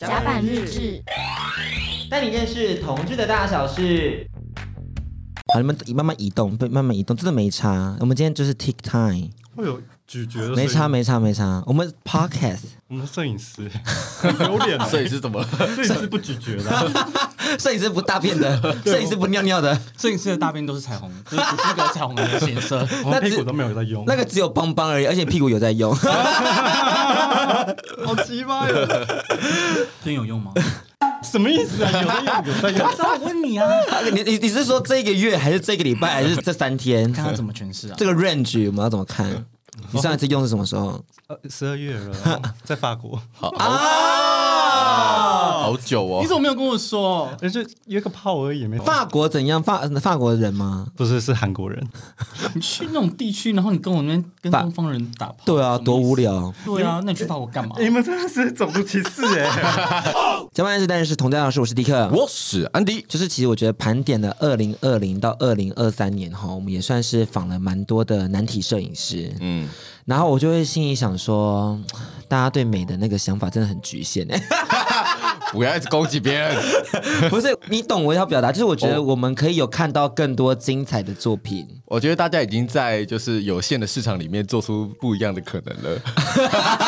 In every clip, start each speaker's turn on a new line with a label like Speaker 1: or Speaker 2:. Speaker 1: 甲板日志，
Speaker 2: 带你认识同志的大小事。好，你们慢慢移动，对，慢慢移动，真的没差。我们今天就是 take time，
Speaker 3: 会有咀嚼的声音，
Speaker 2: 没差没差没差。我们 podcast
Speaker 3: 我们摄影师有脸啊，
Speaker 4: 所以是怎么了？
Speaker 3: 摄影师不咀嚼的，啊
Speaker 2: 摄影师不大便的，摄影师不尿尿的，
Speaker 5: 摄影师的大便都是彩虹，就是不是个彩虹的颜色。
Speaker 3: 我
Speaker 2: 那
Speaker 3: 们
Speaker 2: 只
Speaker 3: 屁股都没有在用。
Speaker 2: 那个只有邦邦而已，而且屁股有在 用。啊
Speaker 3: 好奇葩哟，
Speaker 5: 真有用吗？
Speaker 3: 什么意思啊？有在用，有在用。
Speaker 5: 我问你啊，
Speaker 2: 你你你是说这个月还是这个礼拜还是这三天？
Speaker 5: 看他怎么诠释啊
Speaker 2: 这。个 range 我们要怎么
Speaker 3: 哦
Speaker 2: 看？你上一次用是什么时候？
Speaker 3: 呃， 十二月了，在法 国，
Speaker 4: 好啊，好久哦
Speaker 5: 你。怎么没有跟我说？
Speaker 3: 而且约个炮而已，也没
Speaker 2: 法国怎样？法法国人吗？
Speaker 3: 不是是韩国人，
Speaker 5: 你去那种地区，然后你跟我那边跟
Speaker 2: 法
Speaker 5: 东方人打炮，
Speaker 2: 对啊，
Speaker 5: 什么意思
Speaker 2: 多无。聊。
Speaker 5: 对啊，那你去法国干嘛？
Speaker 4: 哎
Speaker 3: 们真的是种族歧视哎！
Speaker 2: 甲板日志，但是同家老师，我是迪克，
Speaker 4: 我是安迪，
Speaker 2: 就是其实我觉得盘点了二零二零到二零二三年哈，我们也算是访了蛮多的男体摄影师，
Speaker 4: 嗯，
Speaker 2: 然后我就会心里想说，大家对美的那个想法真的很局限哎、
Speaker 4: 不要一直攻击别人。
Speaker 2: 不是你懂我要表达，就是我觉得
Speaker 4: 哦
Speaker 2: 我们可以有看到更多精彩的作品，
Speaker 4: 我觉得大家已经在就是有限的市场里面做出不一样的可能了。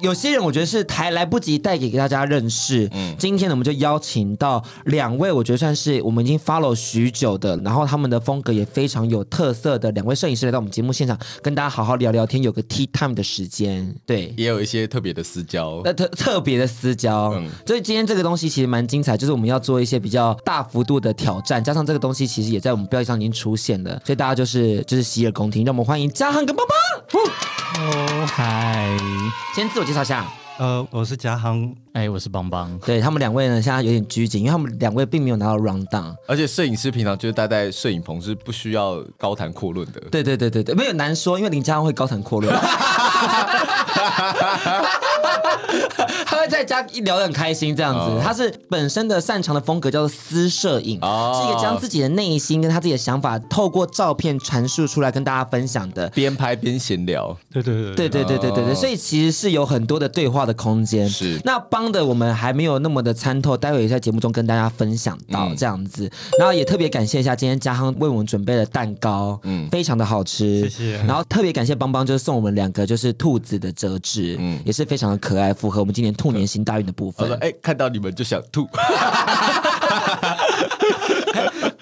Speaker 2: 有些人我觉得是还来不及带给大家认识。今天呢我们就邀请到两位，我觉得算是我们已经 follow 许久的，然后他们的风格也非常有特色的两位摄影师来到我们节目现场，跟大家好好聊聊天，有个 tea time 的时间。对。
Speaker 4: 也有一些特别的私交，
Speaker 2: 那特特别的私交，
Speaker 4: 嗯
Speaker 2: 所以今天这个东西其实蛮精彩，就是我们要做一些比较大幅度的挑战，加上这个东西其实也在我们标题上已经出现了，所以大家就是就是洗耳恭听，让我们欢迎嘉恒跟邦邦。
Speaker 5: 嗨，
Speaker 2: 先自我介绍一下。
Speaker 3: 呃，我是嘉航，
Speaker 5: 哎，我是邦邦。
Speaker 2: 对他们两位呢，现在有点拘谨，因为他们两位并没有拿到 round down。
Speaker 4: 而且摄影师平常就是待在摄影棚是不需要高谈阔论的。
Speaker 2: 对对对对对，没有难说，因为林嘉会高谈阔论，他会在家一聊得很开心这样子。他是本身的擅长的风格叫做私摄影，
Speaker 4: 哦
Speaker 2: 是一个将自己的内心跟他自己的想法透过照片阐述出来跟大家分享的。
Speaker 4: 边拍边闲聊，
Speaker 3: 对对
Speaker 2: 对对对对对对，
Speaker 4: 哦
Speaker 2: 所以其实是有很多的对话的空间。
Speaker 4: 是
Speaker 2: 那帮的我们还没有那么的参透，待会也在节目中跟大家分享到
Speaker 4: 嗯
Speaker 2: 这样子。然后也特别感谢一下今天嘉亨为我们准备的蛋糕，嗯，非常的好吃，
Speaker 3: 谢谢
Speaker 2: 然后特别感谢邦邦，就是送我们两个就是兔子的折纸，嗯
Speaker 4: 嗯，
Speaker 2: 也是非常的可爱，符合我们今年兔年行大运的部
Speaker 4: 我
Speaker 2: 分
Speaker 4: 说。哎、看到你们就想 吐，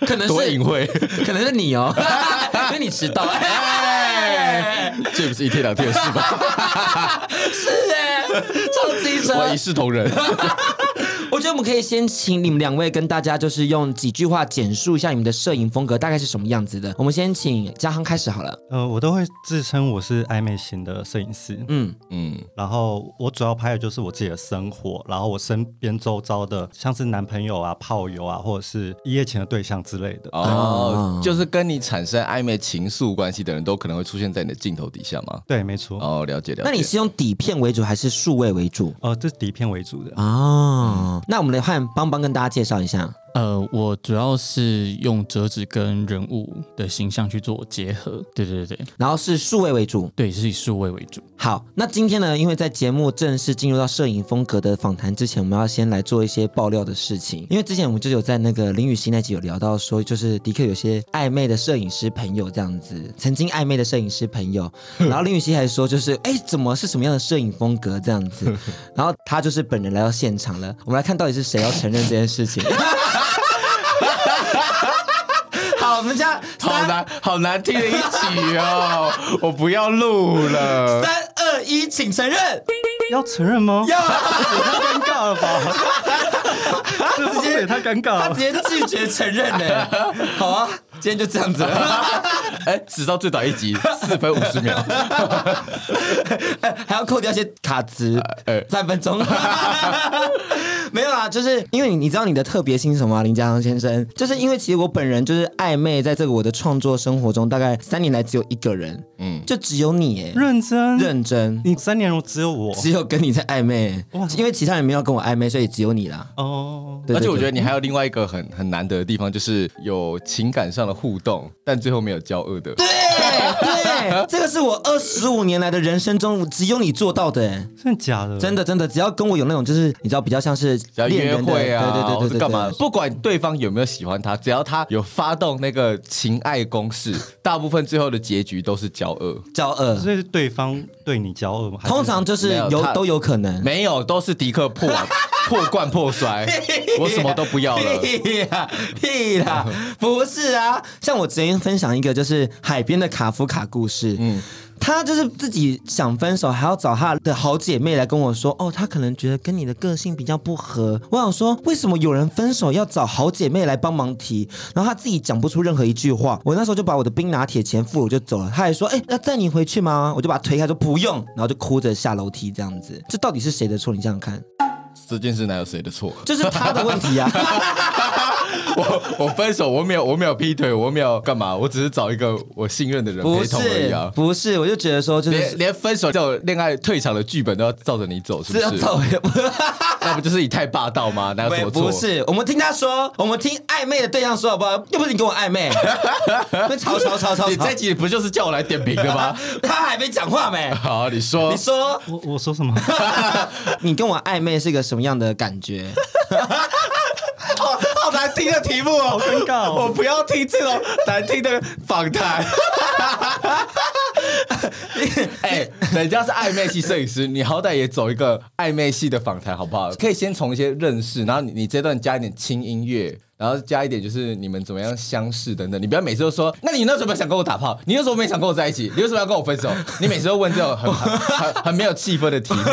Speaker 2: 可能
Speaker 4: 呃多隐
Speaker 2: 是
Speaker 4: 晦，
Speaker 2: 可能是你 哦，因为你迟到。哎
Speaker 4: 这不是一天两天的事吧？
Speaker 2: 是哎， 超机车。
Speaker 4: 我一视 同仁。
Speaker 2: 我觉得我们可以先请你们两位跟大家，就是用几句话简述一下你们的摄影风格大概是什么样子的。我们先请嘉亨开始好了。
Speaker 3: 呃，我都会自称我是暧昧型的摄影师，
Speaker 2: 嗯，
Speaker 4: 嗯，
Speaker 3: 然后我主要拍的就是我自己的生活，然后我身边周遭的，像是男朋友啊、炮友啊，或者是一夜情的对象之类的。
Speaker 4: 哦，就是跟你产生暧昧情愫关系的人都可能会出现在你的镜头底下吗？
Speaker 3: 对，没错。
Speaker 4: 哦，了解了解。
Speaker 2: 那你是用底片为主还是数位为主？
Speaker 3: 呃，这是底片为主的。啊
Speaker 4: 嗯
Speaker 2: 哦，那我们来换邦邦跟大家介绍一下。
Speaker 5: 呃，我主要是用折纸跟人物的形象去做结合。对对对对，
Speaker 2: 然后是数位为主。
Speaker 5: 对，是以数位为主。
Speaker 2: 好，那今天呢，因为在节目正式进入到摄影风格的访谈之前，我们要先来做一些爆料的事情。因为之前我们就有在那个林雨欣那集有聊到说，就是的确有些暧昧的摄影师朋友这样子，曾经暧昧的摄影师朋友，然后林雨欣还说就是，哎，怎么是什么样的摄影风格这样子？然后他就是本人来到现场了，我们来看到底是谁要承认这件事情。 好，我们家
Speaker 4: 好
Speaker 2: 三
Speaker 4: 难好难听的一集 哦，我不要录了。
Speaker 2: 三二一，请承认。
Speaker 3: 要承认吗？
Speaker 2: 要
Speaker 3: 太尴尬了吧？这
Speaker 2: 直
Speaker 3: 风
Speaker 2: 接
Speaker 3: 格也太尴尬
Speaker 4: 哦
Speaker 2: 他
Speaker 3: 了
Speaker 2: 直。接拒绝承认呢、 好啊，今天就这样子了，
Speaker 4: 哎，直到最短一集四分五十秒，
Speaker 2: 还要扣掉一些卡值
Speaker 4: 哎，
Speaker 2: 三分 钟。没有啦，就是因为你你知道你的特别性是什么吗、林家航先生？就是因为其实我本人就是暧昧，在这个我的创作生活中，大概三年来只有一个人，嗯，就只有你、欸，
Speaker 3: 认真，
Speaker 2: 认真，
Speaker 3: 你三年如只有 我
Speaker 2: 只有跟你在暧昧
Speaker 3: 哇，
Speaker 2: 因为其他人没有跟我暧昧，所以只有你啦。
Speaker 3: 哦。
Speaker 2: 对
Speaker 4: 而且我觉
Speaker 2: 得
Speaker 4: 得你还有另外一个很很难得的地方，就是有情感上的互动，但最后没有交恶的。
Speaker 2: 对对。哎，这个是我二十五年来的人生中只有你做到的，哎，
Speaker 3: 真的假的？
Speaker 2: 真的真的，只要跟我有那种就是你知道比较像是
Speaker 4: 只要
Speaker 2: 恋
Speaker 4: 约
Speaker 2: 人的，
Speaker 4: 会啊，
Speaker 2: 对对对
Speaker 4: 或
Speaker 2: 对
Speaker 4: 是
Speaker 2: 对，
Speaker 4: 干嘛
Speaker 2: 对？
Speaker 4: 不管对方有没有喜欢他，只要他有发动那个情爱 攻势，大部分最后的结局都是交恶，
Speaker 2: 交恶，
Speaker 3: 所以是对方对你骄傲吗？还是
Speaker 2: 通常就是
Speaker 4: 没有
Speaker 2: 有
Speaker 4: 他
Speaker 2: 都有可能。
Speaker 4: 没有，都是迪克破啊破罐破 摔，我什么都不要了。
Speaker 2: 屁啦屁啦，不是啊！像我之前分享一个就是海边的卡夫卡故事，嗯，他就是自己想分手，还要找他的好姐妹来跟我说，哦，他可能觉得跟你的个性比较不合。我想说，为什么有人分手要找好姐妹来帮忙提？然后他自己讲不出任何一句话。我那时候就把我的冰拿铁钱付了，我就走了。他还说，哎，那载你回去吗？我就把他推开，说不用，然后就哭着下楼梯这样子。这到底是谁的错？你想想看，
Speaker 4: 这件事哪有谁的错？
Speaker 2: 就是他的问题啊。
Speaker 4: 我我分手，我没有我没有劈腿，我没有干嘛，我只是找一个我信任的人
Speaker 2: 不
Speaker 4: 陪同而已
Speaker 2: 是
Speaker 4: 啊，。
Speaker 2: 不是，我就觉得说，就是
Speaker 4: 连连分手叫恋爱退场的剧本都要照着你走，是不
Speaker 2: 是要
Speaker 4: 是？
Speaker 2: 走，
Speaker 4: 那不就是你太霸道吗？哪有什么错？
Speaker 2: 不是，我们听他说，我们听暧昧的对象说好不好？又不是你跟我暧昧， 被吵吵吵吵
Speaker 4: 你
Speaker 2: 吵
Speaker 4: 这，集不就是叫我来点评的 吗？
Speaker 2: 他还没讲话 没？
Speaker 4: 好，你说
Speaker 2: 你说
Speaker 3: 我我说什么？
Speaker 2: 你跟我暧昧是个什么样的感觉？
Speaker 4: 好好难听的题目哦，好尴
Speaker 3: 尬哦
Speaker 4: 我不要听这种难听的访谈。哎、人家是暧昧系摄影师，你好歹也走一个暧昧系的访谈好不好？可以先从一些认识，然后你你这段加一点轻音乐，然后加一点就是你们怎么样相识等等。你不要每次都说，那你那时候有没有想跟我打炮？你那时候没想跟我在一起？你为什么要跟我分手？你每次都问这种很很很很没有气氛的题目。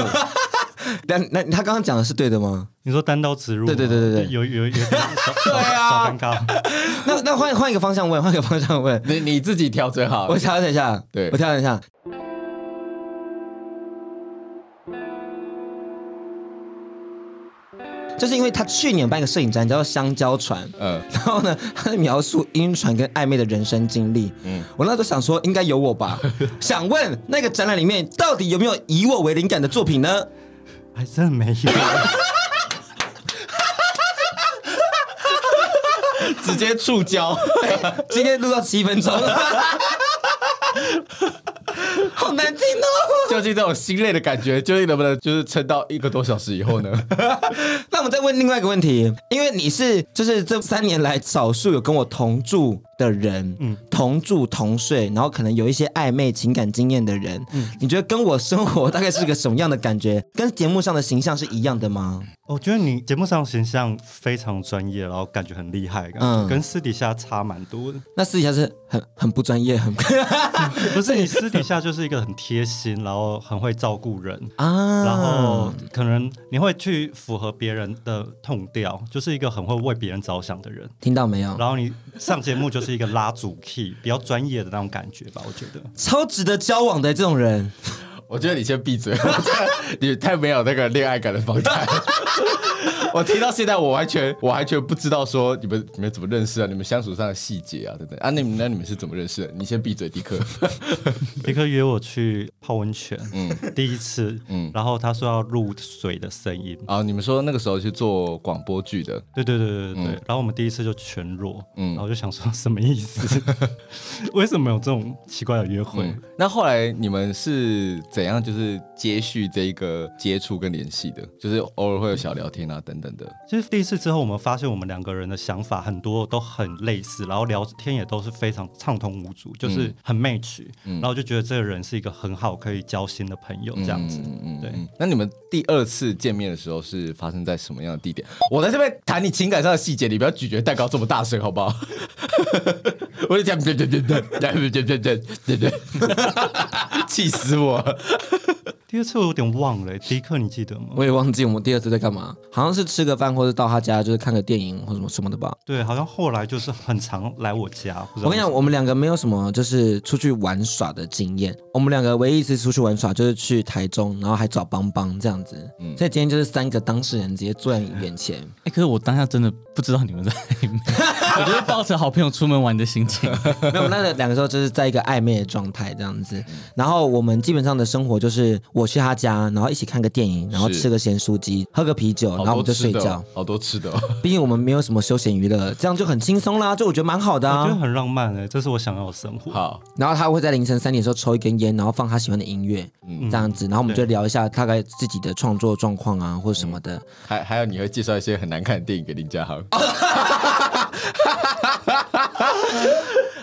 Speaker 2: 那那他刚刚讲的是对的吗？
Speaker 3: 你说单刀直入吗？
Speaker 2: 对对对对对
Speaker 3: 有有 有点小小
Speaker 4: 对啊
Speaker 3: 小尴尬。
Speaker 2: 那那换换一个方向问，换一个方向问，
Speaker 4: 你你自己调整 好，
Speaker 2: 我调整一下，
Speaker 4: 对
Speaker 2: 我调整一下。就是因为他去年办一个摄影展叫《香蕉船》，
Speaker 4: 嗯，
Speaker 2: 然后呢，他在描述晕船跟暧昧的人生经历。嗯，我那时候想说，应该有我吧？想问那个展览里面到底有没有以我为灵感的作品呢？
Speaker 3: 还真的没有，
Speaker 4: 直接触礁。
Speaker 2: 今天录到七分钟，好难听哦。
Speaker 4: 究竟这种心累的感觉，究竟能不能就是撑到一个多小时以后呢？
Speaker 2: 那我们再问另外一个问题，因为你是就是这三年来少数有跟我同住的人，嗯，同住同睡，然后可能有一些暧昧情感经验的人，嗯，你觉得跟我生活大概是个什么样的感觉？跟节目上的形象是一样的吗？
Speaker 3: 我觉得你节目上形象非常专业，然后感觉很厉害，感觉、
Speaker 2: 嗯
Speaker 3: 跟私底下差蛮多的。
Speaker 2: 那私底下是很很不专业，很
Speaker 3: 不是你私底下就是一个很贴心，然后很会照顾人，
Speaker 2: 啊，
Speaker 3: 然后可能你会去符合别人的痛调，就是一个很会为别人着想的人。
Speaker 2: 听到没有？
Speaker 3: 然后你上节目就是一个拉主 key，比较专业的那种感觉吧，我觉得。
Speaker 2: 超值得交往的这种人，
Speaker 4: 我觉得你先闭嘴，我 觉得你太没有那个恋爱感的访谈。我听到现在，我完全我完全不知道说你们你们怎么认识啊，你们相处上的细节啊等等啊，那你们那你们是怎么认识的？你先闭嘴，迪克。
Speaker 3: 迪克约我去泡温泉，第一次，然后他说要录水的声音，
Speaker 4: 啊，你们说那个时候去做广播剧的，
Speaker 3: 对对对对对对，然后我们第一次就全裸，然后就想说什么意思？ 为什么有这种奇怪的约会？
Speaker 4: 嗯，那后来你们是怎样就是接续这一个接触跟联系的？就是偶尔会有小聊天啊等等的。
Speaker 3: 其实第一次之后，我们发现我们两个人的想法很多都很类似，然后聊天也都是非常畅通无阻，
Speaker 4: 嗯
Speaker 3: 就是很 match，、然后就觉得这个人是一个很好可以交心的朋友，这样子。对，
Speaker 4: 嗯，那你们第二次见面的时候是发生在什么样的地点？我在这边谈你情感上的细节，你不要咀嚼蛋糕这么大声，好不好？我就讲，对对对对对对对对对对，气死我！
Speaker 3: 第二次我有点忘了、迪克你记得吗？
Speaker 2: 我也忘记我们第二次在干嘛，好像是吃个饭，或者到他家就是看个电影或什么什么的吧。
Speaker 3: 对，好像后来就是很常来我家。我
Speaker 2: 我跟你讲，，我们两个没有什么就是出去玩耍的经验。我们两个唯一一次出去玩耍就是去台中，然后还找邦邦这样子。
Speaker 4: 嗯
Speaker 2: 所以今天就是三个当事人直接坐在你眼 前。
Speaker 5: 哎，可是我当下真的不知道你们在暧昧， 我就是抱着好朋友出门玩的心情。
Speaker 4: 嗯
Speaker 2: 没有，我们那两个时候就是在一个暧昧的状态这样子。然后我们基本上的生活就是，我去他家，然后一起看个电影，然后
Speaker 4: 是
Speaker 2: 吃个咸酥鸡，喝个啤酒，然后我
Speaker 4: 好
Speaker 2: 们就
Speaker 4: 多
Speaker 2: 睡
Speaker 4: 吃的
Speaker 2: 觉
Speaker 4: 哦，。好多吃的哦，
Speaker 2: 毕竟我们没有什么休闲娱乐，这样就很轻松啦，就我觉得蛮好的
Speaker 3: 我觉得
Speaker 2: 啊。
Speaker 3: 很浪漫哎、这是我想要的生活。
Speaker 4: 好，
Speaker 2: 然后他会在凌晨三点的时候抽一根烟，然后放他喜欢的音乐，这样子，然后我们就聊一下大概自己的创作状况啊，或者什么的。
Speaker 4: 还还有你会介绍一些很难看的电影给林家豪，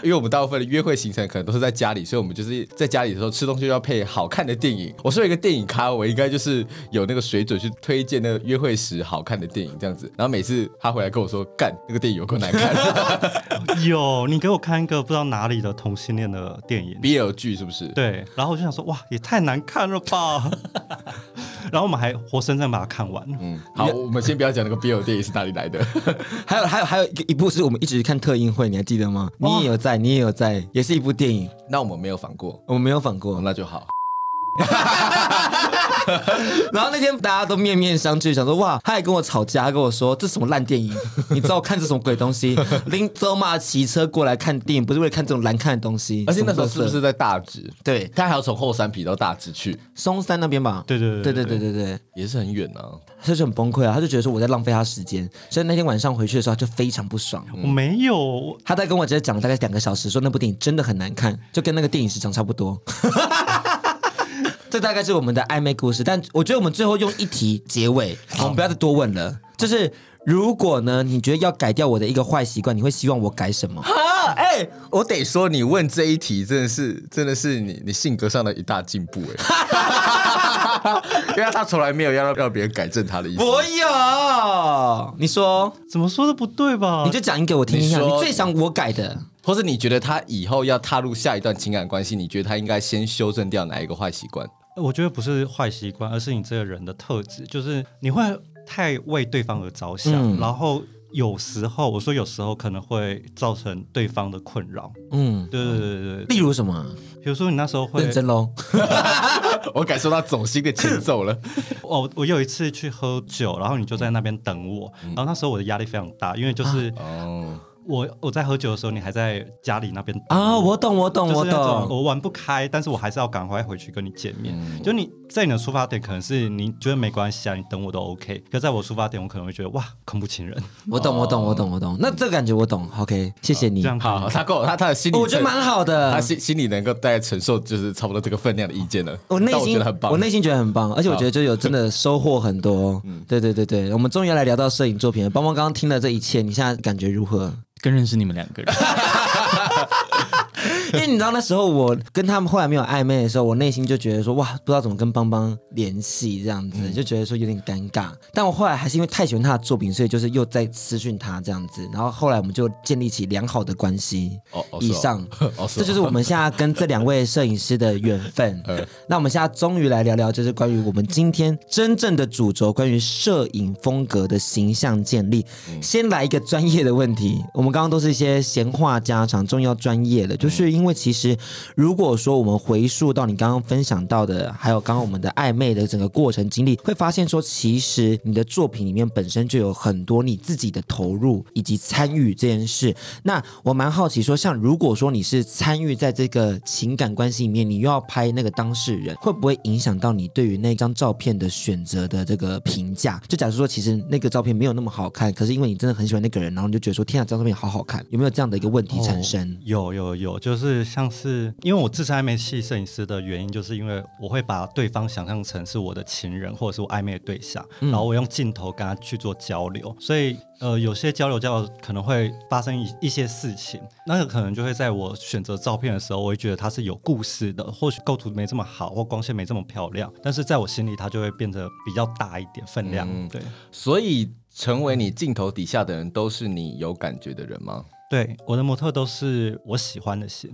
Speaker 4: 因为我们大部分的约会行程可能都是在家里，所以我们就是在家里的时候吃东西就要配好看的电影。我身为一个电影咖，我应该就是有那个水准去推荐那个约会时好看的电影这样子。然后每次他回来跟我说，干那个电影有够难看
Speaker 3: 有，你给我看一个不知道哪里的同性恋的电影，
Speaker 4: ，BL 剧是不是？
Speaker 3: 对，然后我就想说，哇，也太难看了吧！然后我们还活生生把它看完，
Speaker 4: 嗯，好，我们先不要讲那个 BL 电影是哪里来的，
Speaker 2: 嗯还有还有还有一个一部是我们一直看特映会，你还记得吗？你也有在，你也有在，也是一部电影，
Speaker 4: 那我们没有访过，哦
Speaker 2: 我们没有访过。
Speaker 4: 那就好。
Speaker 2: 然后那天大家都面面相觑，想说哇，他还跟我吵架，他跟我说这什么烂电影，你知道我看这什么鬼东西？临走嘛，骑车过来看电影，不是为了看这种难看的东西。
Speaker 4: 而且那时候
Speaker 2: 什
Speaker 4: 是
Speaker 2: 么
Speaker 4: 不
Speaker 2: 垃圾
Speaker 4: 是在大直？
Speaker 2: 对
Speaker 4: 他还要从后山皮到大直去，
Speaker 2: 松山那边吧？
Speaker 3: 对对
Speaker 2: 对
Speaker 3: 对
Speaker 2: 对
Speaker 3: 对
Speaker 2: 对对对，
Speaker 4: 也是很远啊。
Speaker 2: 他就是很崩溃啊，他就觉得说我在浪费他时间，所以那天晚上回去的时候他就非常不爽。
Speaker 3: 我没有，我
Speaker 2: 他在跟我直接讲了大概两个小时，说那部电影真的很难看，就跟那个电影时长差不多。 这大概是我们的暧昧故事，但我觉得我们最后用一题结尾，我们不要再多问了。就是如果呢，你觉得要改掉我的一个坏习惯，你会希望我改什么？
Speaker 4: 啊，哎、我得说，你问这一题真的是，真的是你你性格上的一大进步哎、 因为他从来没有要让别人改正他的意思。
Speaker 2: 我有，你说，
Speaker 3: 怎么说都不对吧
Speaker 2: 你？就讲一个我听听看，
Speaker 4: 你
Speaker 2: 你
Speaker 4: 说
Speaker 2: 最想我改的。
Speaker 4: 或是你觉得他以后要踏入下一段情感关系，你觉得他应该先修正掉哪一个坏习惯？
Speaker 3: 我觉得不是坏习惯，而是你这个人的特质，就是你会太为对方而着想，
Speaker 2: 嗯
Speaker 3: 然后有时候我说有时候可能会造成对方的困扰。
Speaker 2: 嗯，
Speaker 3: 对对对对对，
Speaker 2: 例如什么？
Speaker 3: 比如说你那时候会
Speaker 2: 认真喽。
Speaker 4: 我感受到走心的前奏了。
Speaker 3: 哦，我有一次去喝酒，然后你就在那边等我，然后那时候我的压力非常大，因为就是
Speaker 4: 哦，
Speaker 3: 我我在喝酒的时候，你还在家里那边等
Speaker 2: 啊，我懂，我懂，
Speaker 3: 就
Speaker 2: 我
Speaker 3: 是那种
Speaker 2: 懂。
Speaker 3: 我玩不开，但是我还是要赶快回去跟你见面。
Speaker 2: 嗯
Speaker 3: 就你在你的出发点可能是你觉得没关系啊，你等我都 OK。可在我出发点，我可能会觉得哇，恐怖情人，
Speaker 2: 我
Speaker 4: 哦
Speaker 2: 懂，我懂，我懂，我懂。那这个感觉我懂。OK，谢谢你
Speaker 3: 这。样
Speaker 4: 好，他够，他他的心理，
Speaker 2: 我觉得蛮好的。
Speaker 4: 他心心里能够大概承受，就是差不多这个分量的意见了。
Speaker 2: 我内
Speaker 4: 但觉
Speaker 2: 心
Speaker 4: 得很棒，
Speaker 2: 内心觉得很棒，而且我觉得就有真的收获很多。
Speaker 4: 嗯
Speaker 2: 对对对对，我们终于要来聊到摄影作品了。邦邦刚刚听了这一切，你现在感觉如何？
Speaker 5: 更认识你们两个人。
Speaker 2: 因为你知道那时候我跟他们后来没有暧昧的时候，我内心就觉得说哇，不知道怎么跟邦邦联系这样子，
Speaker 4: 嗯
Speaker 2: 就觉得说有点尴尬。但我后来还是因为太喜欢他的作品，所以就是又在私讯他这样子，然后后来我们就建立起良好的关系。
Speaker 4: 哦 哦是哦
Speaker 2: 以上，
Speaker 4: 哦是
Speaker 2: 这
Speaker 4: 哦
Speaker 2: 就是我们现在跟这两位摄影师的缘分。那我们现在终于来聊聊，就是关于我们今天真正的主轴，关于摄影风格的形象建立。先来一个专业的问题，我们刚刚都是一些闲话家常，重要专业的，就是因为其实如果说我们回溯到你刚刚分享到的，还有刚刚我们的暧昧的整个过程经历，会发现说，其实你的作品里面本身就有很多你自己的投入以及参与这件事。那我蛮好奇说，像如果说你是参与在这个情感关系里面，你又要拍那个当事人，会不会影响到你对于那张照片的选择的这个评价？就假如说，其实那个照片没有那么好看，可是因为你真的很喜欢那个人，然后你就觉得说，天啊，这张照片好好看，有没有这样的一个问题产生？
Speaker 3: 有有有，就是像是因为我自称暧昧系摄影师的原因，就是因为我会把对方想象成是我的情人或者是我暧昧的对象，然后我用镜头跟他去做交流，所以呃有些交流交流可能会发生一一些事情，那个可能就会在我选择照片的时候，我会觉得它是有故事的，或许构图没这么好，或光线没这么漂亮，但是在我心里它就会变得比较大一点分量，对。
Speaker 4: 所以成为你镜头底下的人，都是你有感觉的人吗？
Speaker 3: 对，我的模特都是我喜欢的型。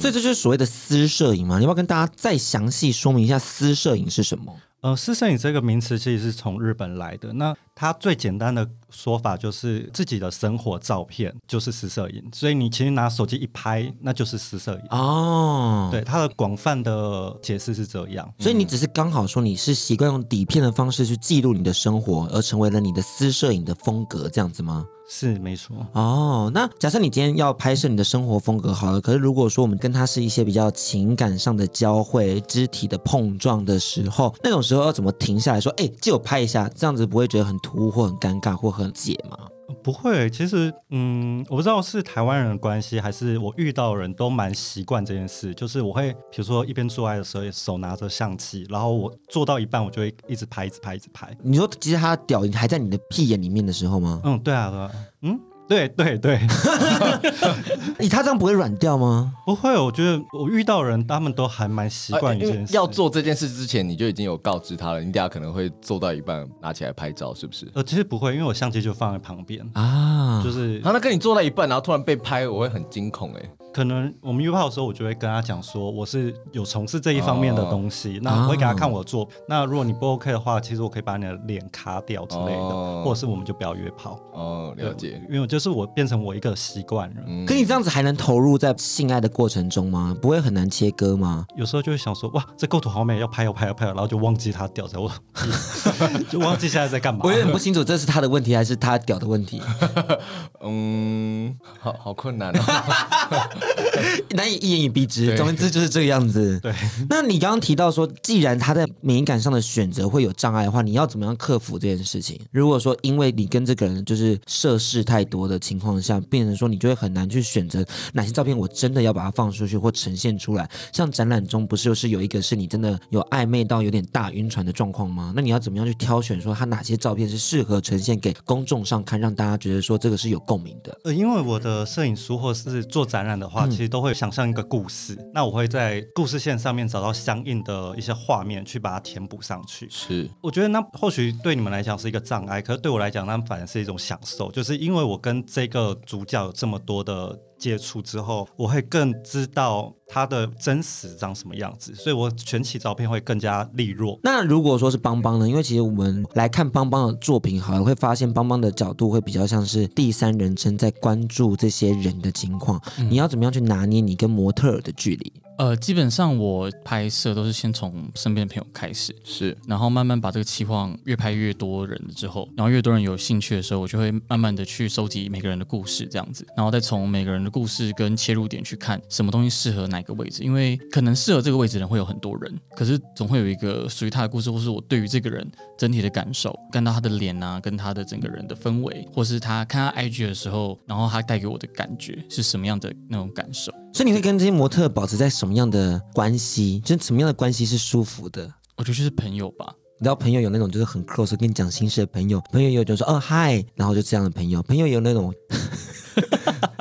Speaker 2: 所以这就是所谓的私摄影嘛？你要不要跟大家再详细说明一下私摄影是什么？
Speaker 3: 呃，私摄影这个名词其实是从日本来的。那它最简单的说法就是自己的生活照片就是私摄影，所以你其实拿手机一拍，那就是私摄影。
Speaker 2: 哦，
Speaker 3: 对，它的广泛的解释是这样。
Speaker 2: 所以你只是刚好说你是习惯用底片的方式去记录你的生活，而成为了你的私摄影的风格，这样子吗？
Speaker 3: 是没错，
Speaker 2: 哦，那假设你今天要拍摄你的生活风格好了，可是如果说我们跟他是一些比较情感上的交汇、肢体的碰撞的时候，那种时候要怎么停下来说，哎、借我拍一下，这样子不会觉得很突兀或很尴尬或很解吗？
Speaker 3: 不会。其实，嗯，我不知道是台湾人的关系，还是我遇到的人都蛮习惯这件事。就是我会，比如说一边做爱的时候，手拿着相机，然后我做到一半，我就会一直拍，一直拍，一直拍。
Speaker 2: 你说，其实他的屌还在你的屁眼里面的时候吗？
Speaker 3: 嗯，对啊，对啊，嗯，对对对，
Speaker 2: 你哎他这样不会软掉吗？
Speaker 3: 不会。我觉得我遇到的人，他们都还蛮习惯于这
Speaker 4: 呃因为
Speaker 3: 件事。
Speaker 4: 要做这件事之前，你就已经有告知他了，你等下可能会做到一半拿起来拍照，是不是？
Speaker 3: 呃，其实不会，因为我相机就放在旁边，
Speaker 2: 啊
Speaker 3: 就，是
Speaker 4: 他那跟你做到一半，然后突然被拍，我会很惊恐哎、
Speaker 3: 可能我们约炮的时候，我就会跟他讲说，我是有从事这一方面的东
Speaker 4: 啊
Speaker 3: 西，那我会给他看我的作品。那如果你不 OK 的话，其实我可以把你的脸卡掉之类的，
Speaker 4: 哦
Speaker 3: 或者是我们就不要约炮。
Speaker 4: 哦，了解。嗯
Speaker 3: 因为我就是我变成我一个习惯了，
Speaker 2: 可你这样子还能投入在性爱的过程中吗？不会很难切割吗？
Speaker 3: 有时候就会想说，哇，这构图好美，要拍要拍要拍，然后就忘记他掉在我， 就忘记现在在干嘛
Speaker 2: 我。有点不清楚，这是他的问题还是他屌的问题，
Speaker 4: 嗯，好好困难哦。
Speaker 2: 难以一言以蔽之。
Speaker 4: 对
Speaker 2: 总而言之就是这个样子。
Speaker 3: 对，
Speaker 2: 那你刚刚提到说，既然他在敏感上的选择会有障碍的话，你要怎么样克服这件事情？如果说因为你跟这个人就是涉事太多的情况下，变成说你就会很难去选择哪些照片我真的要把它放出去或呈现出来。像展览中不是就是有一个是你真的有暧昧到有点大晕船的状况吗？那你要怎么样去挑选说他哪些照片是适合呈现给公众上看，让大家觉得说这个是有共鸣的？
Speaker 3: 呃，因为我的摄影书或是做展览的话，其实都会想象一个故事，那我会在故事线上面找到相应的一些画面去把它填补上去。
Speaker 4: 是，
Speaker 3: 我觉得那或许对你们来讲是一个障碍，可是对我来讲，那反而是一种享受，就是因为我跟这个主角有这么多的接触之后，我会更知道他的真实长什么样子，所以我选起照片会更加利落。
Speaker 2: 那如果说是邦邦呢？因为其实我们来看邦邦的作品，好了，会发现邦邦的角度会比较像是第三人称，在关注这些人的情况。你要怎么样去拿捏你跟模特儿的距离？
Speaker 5: 呃，基本上我拍摄都是先从身边的朋友开始，
Speaker 4: 是，
Speaker 5: 然后慢慢把这个期望越拍越多人之后，然后越多人有兴趣的时候，我就会慢慢的去收集每个人的故事，这样子，然后再从每个人的故事跟切入点去看什么东西适合哪个位置，因为可能适合这个位置的人会有很多人，可是总会有一个属于他的故事，或是我对于这个人整体的感受，看到他的脸啊，跟他的整个人的氛围，或是他看他 IG 的时候，然后他带给我的感觉是什么样的那种感受。
Speaker 2: 所以你会跟这些模特儿保持在什么样的关系？就是什么样的关系是舒服的？
Speaker 5: 我觉得就是朋友吧，
Speaker 2: 你知道朋友有那种就是很 close 跟你讲心事的朋友，朋友也有就说哦嗨，然后就这样的朋友，朋友也有那种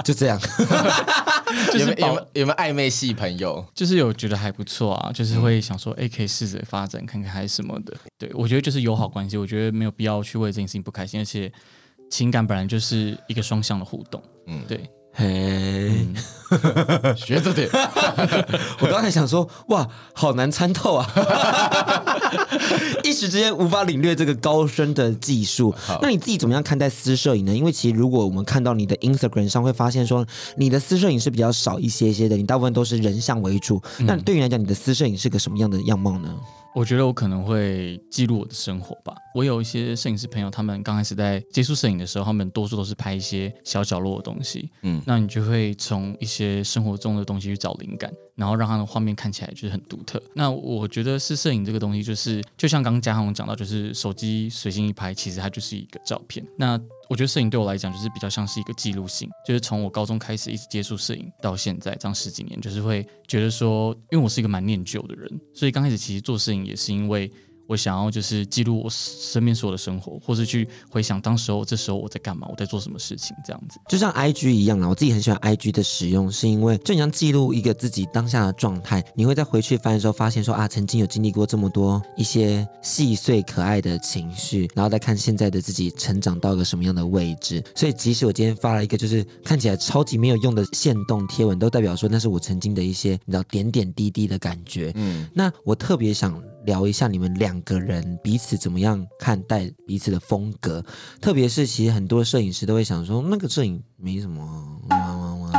Speaker 2: 就这样。
Speaker 5: 就是
Speaker 4: 有没有有
Speaker 5: 保
Speaker 4: 没有有没有暧昧系朋友？
Speaker 5: 就是有觉得还不错啊，就是会想说，哎、可以试着发展看看还是什么的。对我觉得就是友好关系，我觉得没有必要去为这件事情不开心，而且情感本来就是一个双向的互动。嗯，对，
Speaker 2: 嘿，
Speaker 4: 学着点。
Speaker 2: 我刚才想说，哇，好难参透啊，一时之间无法领略这个高深的技术。那你自己怎么样看待私摄影呢？因为其实如果我们看到你的 Instagram 上，会发现说你的私摄影是比较少一些些的，你大部分都是人像为主。那对你来讲，你的私摄影是个什么样的样貌呢？
Speaker 5: 我觉得我可能会记录我的生活吧。我有一些摄影师朋友，他们刚开始在接触摄影的时候，他们多数都是拍一些小角落的东西。嗯，那你就会从一些生活中的东西去找灵感，然后让它的画面看起来就是很独特。那我觉得是摄影这个东西，就是就像刚刚嘉宏讲到，就是手机随性一拍，其实它就是一个照片。那我觉得摄影对我来讲就是比较像是一个记录性，就是从我高中开始一直接触摄影到现在，这样十几年，就是会觉得说，因为我是一个蛮念旧的人，所以刚开始其实做摄影也是因为我想要就是记录我身边所有的生活，或是去回想当时候这时候我在干嘛，我在做什么事情这样子。
Speaker 2: 就像 I G 一样啊啦，我自己很喜欢 I G 的使用，是因为就你像记录一个自己当下的状态，你会在回去翻的时候发现说啊，曾经有经历过这么多一些细碎可爱的情绪，然后再看现在的自己成长到了什么样的位置。所以即使我今天发了一个就是看起来超级没有用的线动贴文，都代表说那是我曾经的一些你知道点点滴滴的感觉。嗯，那我特别想聊一下你们两个人彼此怎么样看待彼此的风格，特别是其实很多摄影师都会想说，那个摄影没什么啊，哇哇哇，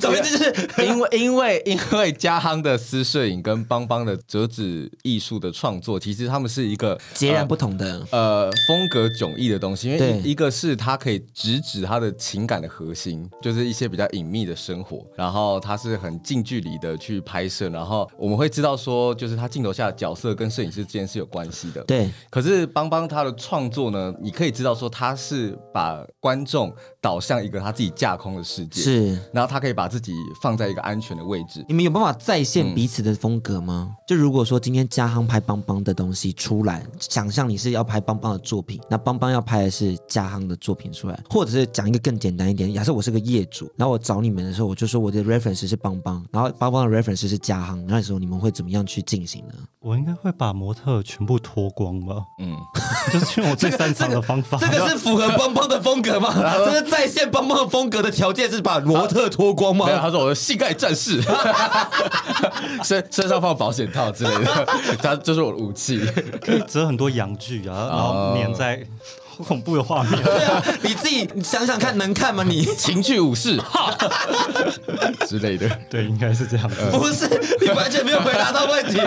Speaker 2: 总之就是
Speaker 4: 因为因为因为嘉亨的私摄影跟邦邦的折纸艺术的创作，其实他们是一个
Speaker 2: 截然不同的。
Speaker 4: 呃风格迥异的东西，因为
Speaker 2: 对
Speaker 4: 一一个是它可以直指他的情感的核心，就是一些比较隐秘的生活，然后它是很近距离的去拍摄，然后我们会知道说，就是他镜头下的角色跟摄影师之间是有关系的。
Speaker 2: 对，
Speaker 4: 可是邦邦他的创作呢，你可以知道说他是把观众导向一个他自己架空的世界，，
Speaker 2: 是。
Speaker 4: 然后他可以把自己放在一个安全的位置，
Speaker 2: 你们有办法再现彼此的风格吗？就如果说今天嘉亨拍邦邦的东西出来，想象你是要拍邦邦的作品，那邦邦要拍的是嘉亨的作品出来，或者是讲一个更简单一点，假设我是个业主，然后我找你们的时候，我就说我的 reference 是邦邦，然后邦邦的 reference 是嘉亨，那时候你们会怎么样去进行呢？
Speaker 3: 我应该会把模特全部脱光吧，
Speaker 4: 嗯，
Speaker 3: 就是用我最擅长的方法。
Speaker 2: 是符合邦邦的风格 吗？这是再现邦邦风格的条件是把模特脱光吗
Speaker 4: 没有，他说我的膝盖战士，身身上放保险套之类的，他这是我的武器。
Speaker 3: 可以折很多洋剧
Speaker 2: 哦
Speaker 3: 啊，然后粘在好恐怖的画 面。
Speaker 2: 对啊，你自己你想想看，能看吗你？
Speaker 4: 情趣武士哈 之类的。
Speaker 3: 对，应该是这样子。
Speaker 2: 不是，你完全没有回答到问题。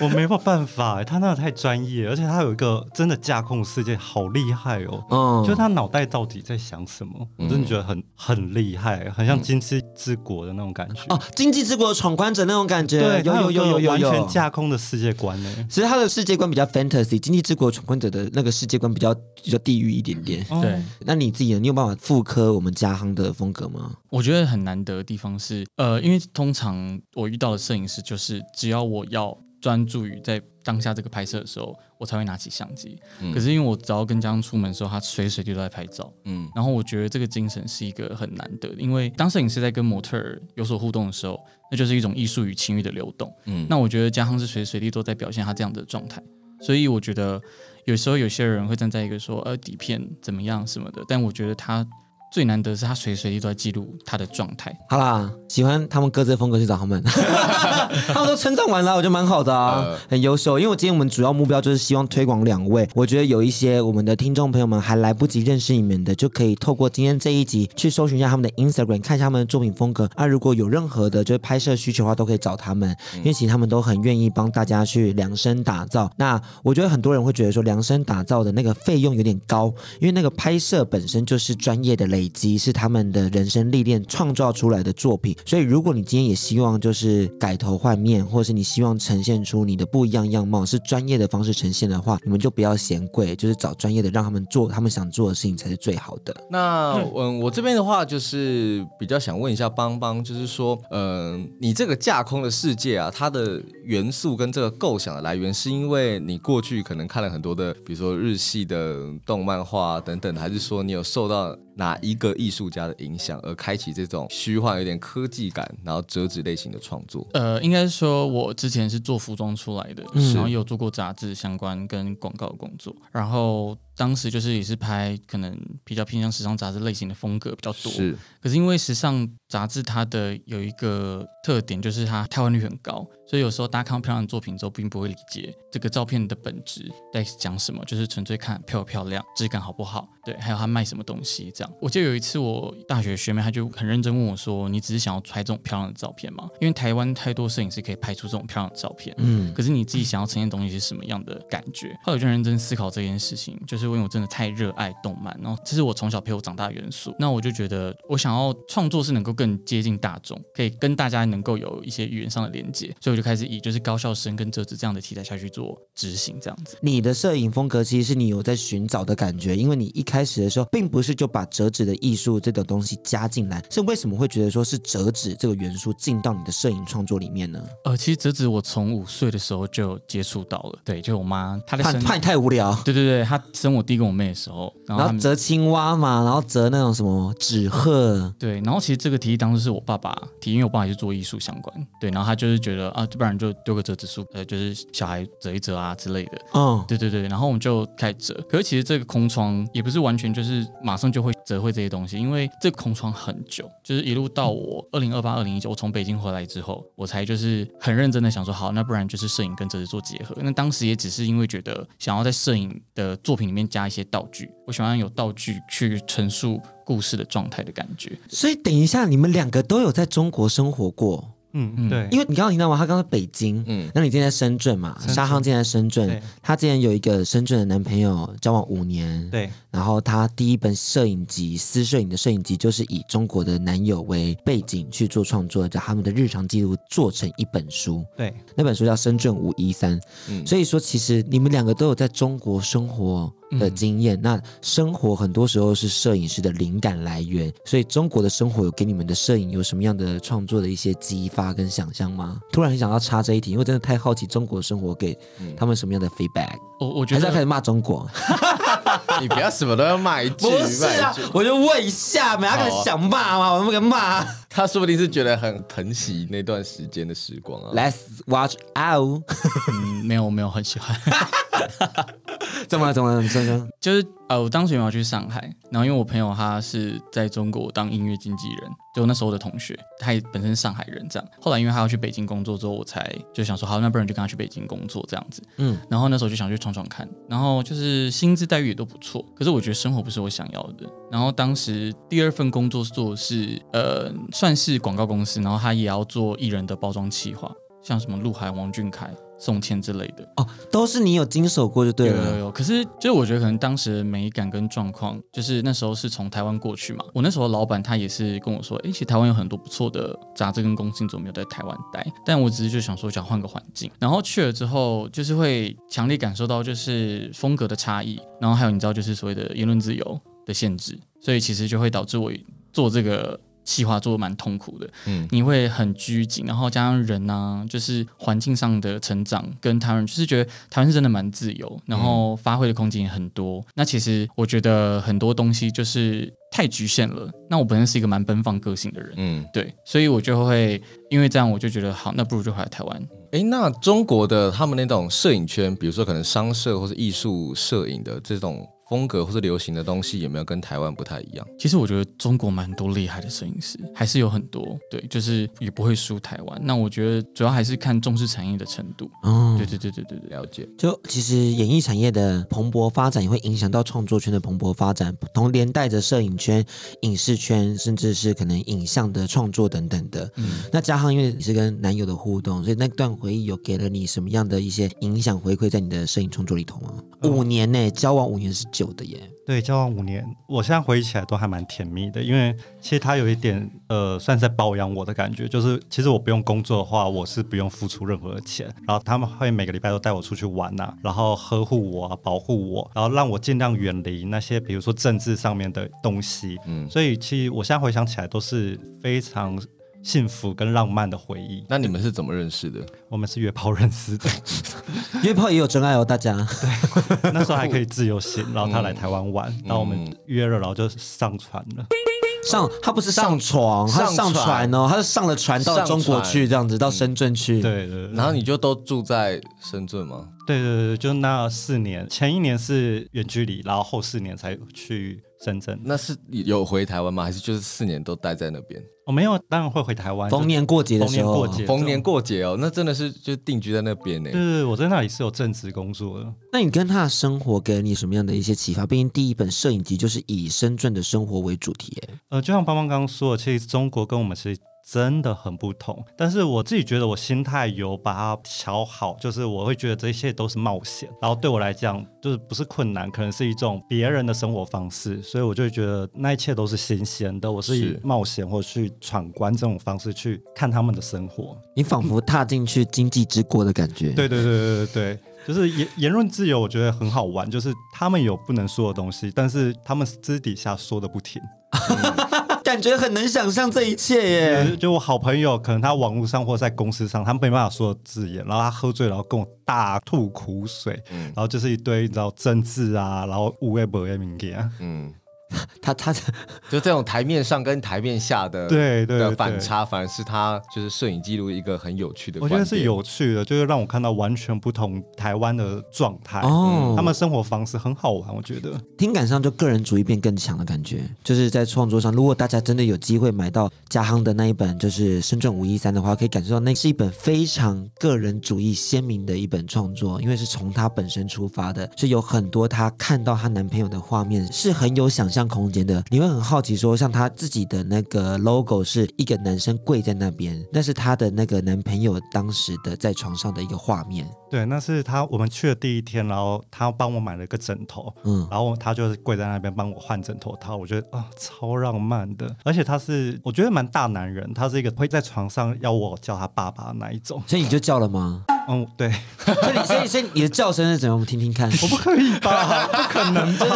Speaker 3: 我没有办法、他那个太专业，而且他有一个真的架空世界，好厉害哦。
Speaker 2: 嗯
Speaker 3: 就他脑袋到底在想什么，我真的觉得很很厉害，很像《金枝之国》的那种感觉。
Speaker 2: 嗯哦，经济之国的闯关者那种感觉，
Speaker 3: 对，
Speaker 2: 有
Speaker 3: 他
Speaker 2: 有有有
Speaker 3: 一个
Speaker 2: 有
Speaker 3: 完全
Speaker 2: 有。
Speaker 3: 架空的世界观呢、
Speaker 2: 其实他的世界观比较 fantasy，经济之国闯关者的那个世界观比较比较地狱一点点。
Speaker 3: 哦
Speaker 5: 对，
Speaker 2: 那你自己呢？你有办法复刻我们家亨的风格吗？
Speaker 5: 我觉得很难得的地方是，呃，因为通常我遇到的摄影师就是，只要我要专注于在当下这个拍摄的时候，我才会拿起相机。可是因为我只要跟江出门的时候，他随时随地都在拍照，
Speaker 4: 嗯
Speaker 5: 嗯，然后我觉得这个精神是一个很难得的，因为当摄影师在跟模特儿有所互动的时候，那就是一种艺术与情欲的流动。
Speaker 4: 嗯
Speaker 5: 嗯，那我觉得江亨是随时随地都在表现他这样的状态，所以我觉得有时候有些人会站在一个说呃底片怎么样什么的，但我觉得他最难得的是他随时随地都在记录他的状态。
Speaker 2: 好啦，喜欢他们各自的风格去找他们，他们都称赞完了，我觉得蛮好的啊，
Speaker 4: 呃
Speaker 2: 很优秀。因为我今天我们主要目标就是希望推广两位，我觉得有一些我们的听众朋友们还来不及认识你们的，就可以透过今天这一集去搜寻一下他们的 Instagram，看一下他们的作品风格。啊那、如果有任何的就是拍摄需求的话，都可以找他们，因为其实他们都很愿意帮大家去量身打造。那我觉得很多人会觉得说量身打造的那个费用有点高，因为那个拍摄本身就是专业的累积，是他们的人生历练创造出来的作品。所以，如果你今天也希望就是改头换面，或者是你希望呈现出你的不一样样貌，是专业的方式呈现的话，你们就不要嫌贵，就是找专业的，让他们做他们想做的事情才是最好的。
Speaker 4: 那嗯，我这边的话就是比较想问一下邦邦，就是说，嗯，你这个架空的世界啊，它的元素跟这个构想的来源，是因为你过去可能看了很多的，比如说日系的动漫画啊等等，还是说你有受到哪一个艺术家的影响而开启这种虚幻、有点科技感，然后折纸类型的创作？
Speaker 5: 呃，应该说，我之前是做服装出来的，
Speaker 2: 嗯
Speaker 5: 然后也有做过杂志相关跟广告的工作，然后当时就是也是拍可能比较偏向时尚杂志类型的风格比较多，
Speaker 4: 是，
Speaker 5: 可是因为时尚杂志它的有一个特点，就是它台湾率很高，所以有时候大家看到漂亮的作品之后，并不会理解这个照片的本质在讲什么，就是纯粹看漂不漂亮、质感好不好，对，还有它卖什么东西这样。我记得有一次我大学学妹，她就很认真问我说：“你只是想要拍这种漂亮的照片吗？”因为台湾太多摄影师可以拍出这种漂亮的照片，
Speaker 2: 嗯，
Speaker 5: 可是你自己想要呈现的东西是什么样的感觉？后来我就认真思考这件事情，就是因为我真的太热爱动漫，然后这是我从小陪我长大的元素。那我就觉得我想要创作是能够更接近大众，可以跟大家能够有一些语言上的连接，所以我就开始以就是高校生跟折纸这样的题材下去做执行，这样子。
Speaker 2: 你的摄影风格其实是你有在寻找的感觉，因为你一开始的时候并不是就把折纸的艺术这种东西加进来，是为什么会觉得说是折纸这个元素进到你的摄影创作里面呢？
Speaker 5: 呃，其实折纸我从五岁的时候就接触到了，对，就我妈她在
Speaker 2: 怕
Speaker 5: 生，
Speaker 2: 怕你太无聊。
Speaker 5: 对对对，她生我弟跟我妹的时候，然
Speaker 2: 然
Speaker 5: 后他
Speaker 2: 后
Speaker 5: 们
Speaker 2: 折青蛙嘛，然后折那种什么纸鹤，
Speaker 5: 对，然后其实这个提议当时是我爸爸提议，因为我爸爸也是做艺术相关，对，然后他就是觉得啊，不然就丢个折纸书，呃，就是小孩折一折啊之类的，
Speaker 2: 嗯，
Speaker 5: 对对对，然后我们就开始折。可是其实这个空窗也不是完全就是马上就会折绘这些东西，因为这空窗很久，就是一路到我二零二八、二零一九，我从北京回来之后，我才就是很认真的想说，好，那不然就是摄影跟折纸做结合。那当时也只是因为觉得想要在摄影的作品里面加一些道具，我喜欢有道具去陈述故事的状态的感觉。
Speaker 2: 所以等一下，你们两个都有在中国生活过，
Speaker 3: 嗯，对，
Speaker 2: 因为你刚刚提到嘛，他刚刚在北京，嗯
Speaker 4: 嗯，
Speaker 2: 那你今天在深圳嘛？
Speaker 3: 圳
Speaker 2: 沙夯今天在深圳
Speaker 3: 对，
Speaker 2: 他之前有一个深圳的男朋友，交往五年，
Speaker 3: 对，
Speaker 2: 然后他第一本摄影集，私摄影的摄影集，就是以中国的男友为背景去做创作，把他们的日常记录做成一本书。
Speaker 3: 对，
Speaker 2: 那本书叫《深圳五一三》，
Speaker 4: 嗯
Speaker 2: 所以说其实你们两个都有在中国生活的经
Speaker 5: 嗯
Speaker 2: 验。那生活很多时候是摄影师的灵感来源，所以中国的生活有给你们的摄影有什么样的创作的一些激发跟想象吗？突然很想要插这一题，因为真的太好奇中国生活给他们什么样的 feedback，、
Speaker 5: 我我嗯觉
Speaker 2: 还是
Speaker 5: 得
Speaker 2: 要开始骂中国？
Speaker 4: 你 不要啊什么都要骂一句，骂一句
Speaker 2: 啊我就问一下嘛，他可
Speaker 4: 好
Speaker 2: 能
Speaker 4: 啊
Speaker 2: 想骂嘛，我们给骂。啊
Speaker 4: 他说不定是觉得很疼惜那段时间的时光啊。
Speaker 2: Let's watch out！
Speaker 5: 嗯没有没有很喜欢。
Speaker 2: 怎么了？怎么了？你说你说。
Speaker 5: 就是呃，我当时有要去上海，然后因为我朋友他是在中国当音乐经纪人，就我那时候的同学，他也本身是上海人这样。后来因为他要去北京工作之后，我才就想说，好，那不然就跟他去北京工作这样子。
Speaker 2: 嗯
Speaker 5: 嗯，然后那时候就想去闯闯看，然后就是薪资待遇也都不错，可是我觉得生活不是我想要的。然后当时第二份工作做的是呃，算是广告公司，然后他也要做艺人的包装企划，像什么鹿晗、王俊凯、宋茜之类的。
Speaker 2: 哦，都是你有经手过就对
Speaker 5: 有有
Speaker 2: 了。
Speaker 5: 有，可是就是我觉得可能当时的美感跟状况，就是那时候是从台湾过去嘛。我那时候老板他也是跟我说，诶，其实台湾有很多不错的杂志跟公司，你怎么没有在台湾待？但我只是就想说想换个环境，然后去了之后，就是会强烈感受到就是风格的差异，然后还有你知道就是所谓的言论自由的限制，所以其实就会导致我做这个。企划做得蛮痛苦的，
Speaker 4: 嗯
Speaker 5: 你会很拘谨，然后加上人啊，就是环境上的成长跟台湾人，就是觉得台湾是真的蛮自由，然后发挥的空间也很多。那其实我觉得很多东西就是太局限了。那我本身是一个蛮奔放个性的人，
Speaker 4: 嗯，
Speaker 5: 对，所以我就会因为这样，我就觉得好，那不如就回来台湾。
Speaker 4: 哎，那中国的他们那种摄影圈，比如说可能商摄或是艺术摄影的这种风格或是流行的东西，有没有跟台湾不太一样？
Speaker 5: 其实我觉得中国蛮多厉害的摄影师，还是有很多，对，就是也不会输台湾。那我觉得主要还是看重视产业的程度。
Speaker 2: 哦
Speaker 5: 对，对对对对对，
Speaker 4: 了解，
Speaker 2: 就其实演艺产业的蓬勃发展也会影响到创作圈的蓬勃发展，同连带着摄影圈、影视圈，甚至是可能影像的创作等等的。那加上因为你是跟男友的互动，所以那段回忆有给了你什么样的一些影响回馈在你的摄影创作里头吗？五年呢、交往五年是久的耶。
Speaker 3: 对，交往五年，我现在回忆起来都还蛮甜蜜的，因为其实他有一点呃，算是在包养我的感觉，就是其实我不用工作的话，我是不用付出任何的钱，然后他们会每个礼拜都带我出去玩呐、然后呵护我啊，保护我，然后让我尽量远离那些比如说政治上面的东西，
Speaker 4: 嗯
Speaker 3: 嗯，所以其实我现在回想起来都是非常幸福跟浪漫的回忆。
Speaker 4: 那你们是怎么认识的？
Speaker 3: 我们是约炮认识的，
Speaker 2: 约炮也有真爱哦，大家。
Speaker 3: 那时候还可以自由行，然后他来台湾玩，然后我们约了，然后就上船了。
Speaker 2: 上他不是上床，他是上
Speaker 4: 上
Speaker 2: 船哦，他是上了船到
Speaker 4: 上
Speaker 2: 中国
Speaker 4: 船
Speaker 2: 去，这样子到深圳去。
Speaker 3: 对对对
Speaker 4: 然后你就都住在深圳吗？
Speaker 3: 对对对，就那四年，前一年是远距离，然后后四年才去深圳。
Speaker 4: 那是有回台湾吗？还是就是四年都待在那边？
Speaker 3: 我、哦没有，当然会回台湾。
Speaker 2: 逢年过节
Speaker 3: 就
Speaker 2: 的
Speaker 3: 逢
Speaker 2: 时
Speaker 3: 年
Speaker 2: 候，
Speaker 3: 过节，
Speaker 4: 逢年。过节哦，那真的是就定居在那边欸呢
Speaker 3: 对。对对，我在那里是有正职工作的。
Speaker 2: 那你跟他的生活给了你什么样的一些启发？毕竟第一本摄影集就是以深圳的生活为主题，哎，
Speaker 3: 呃，就像邦邦刚刚说的，其实中国跟我们其实真的很不同。但是我自己觉得我心态有把它调好，就是我会觉得这一切都是冒险，然后对我来讲就是不是困难，可能是一种别人的生活方式，所以我就会觉得那一切都是新鲜的。我是以
Speaker 4: 是
Speaker 3: 冒险或去闯关这种方式去看他们的生活。
Speaker 2: 你仿佛踏进去经济之国的感觉。，
Speaker 3: 对对对对对对， 就是言言论自由，我觉得很好玩，就是他们有不能说的东西，但是他们私底下说的不停。
Speaker 2: 感觉很能想象这一切耶。
Speaker 3: 就就我好朋友，可能他网络上或在公司上，他没办法说字眼，然后他喝醉，然后跟我大吐
Speaker 4: 嗯
Speaker 3: 苦水，然后就是一堆你知道政治啊，然后无微不微的东西啊。
Speaker 4: 嗯，
Speaker 2: 他他
Speaker 4: 就这种台面上跟台面下的
Speaker 3: 对对
Speaker 4: 的
Speaker 3: 对
Speaker 4: 反差，反而是他就是摄影记录一个很有趣的
Speaker 3: 我
Speaker 4: 观
Speaker 3: 觉得
Speaker 4: 点。
Speaker 3: 是 有趣的，就是让我看到完全不同台湾的状态。
Speaker 2: 哦
Speaker 3: 他们生活方式很好玩，我觉得。
Speaker 2: 听感上就个人主义变更强的感觉，就是在创作上，如果大家真的有机会买到嘉亨的那一本就是《深圳五一三》的话，可以感受到那是一本非常个人主义鲜明的一本创作，因为是从她本身出发的，是有很多她看到她男朋友的画面是很有想象空间的。你会很好奇说，像她自己的那个 logo 是一个男生跪在那边，那是她的那个男朋友当时的在床上的一个画面，
Speaker 3: 对，那是他我们去的第一天，然后他帮我买了一个枕头，
Speaker 2: 嗯。
Speaker 3: 然后他就是跪在那边帮我换枕头套，我觉得啊、超浪漫的，而且他是我觉得蛮大男人，他是一个会在床上要我叫他爸爸的那一种。
Speaker 2: 所以你就叫了吗？
Speaker 3: 嗯，对，
Speaker 2: 所以所以所以你的叫声是怎样？我们听听看。
Speaker 3: 我不可 以吧？不可能吧？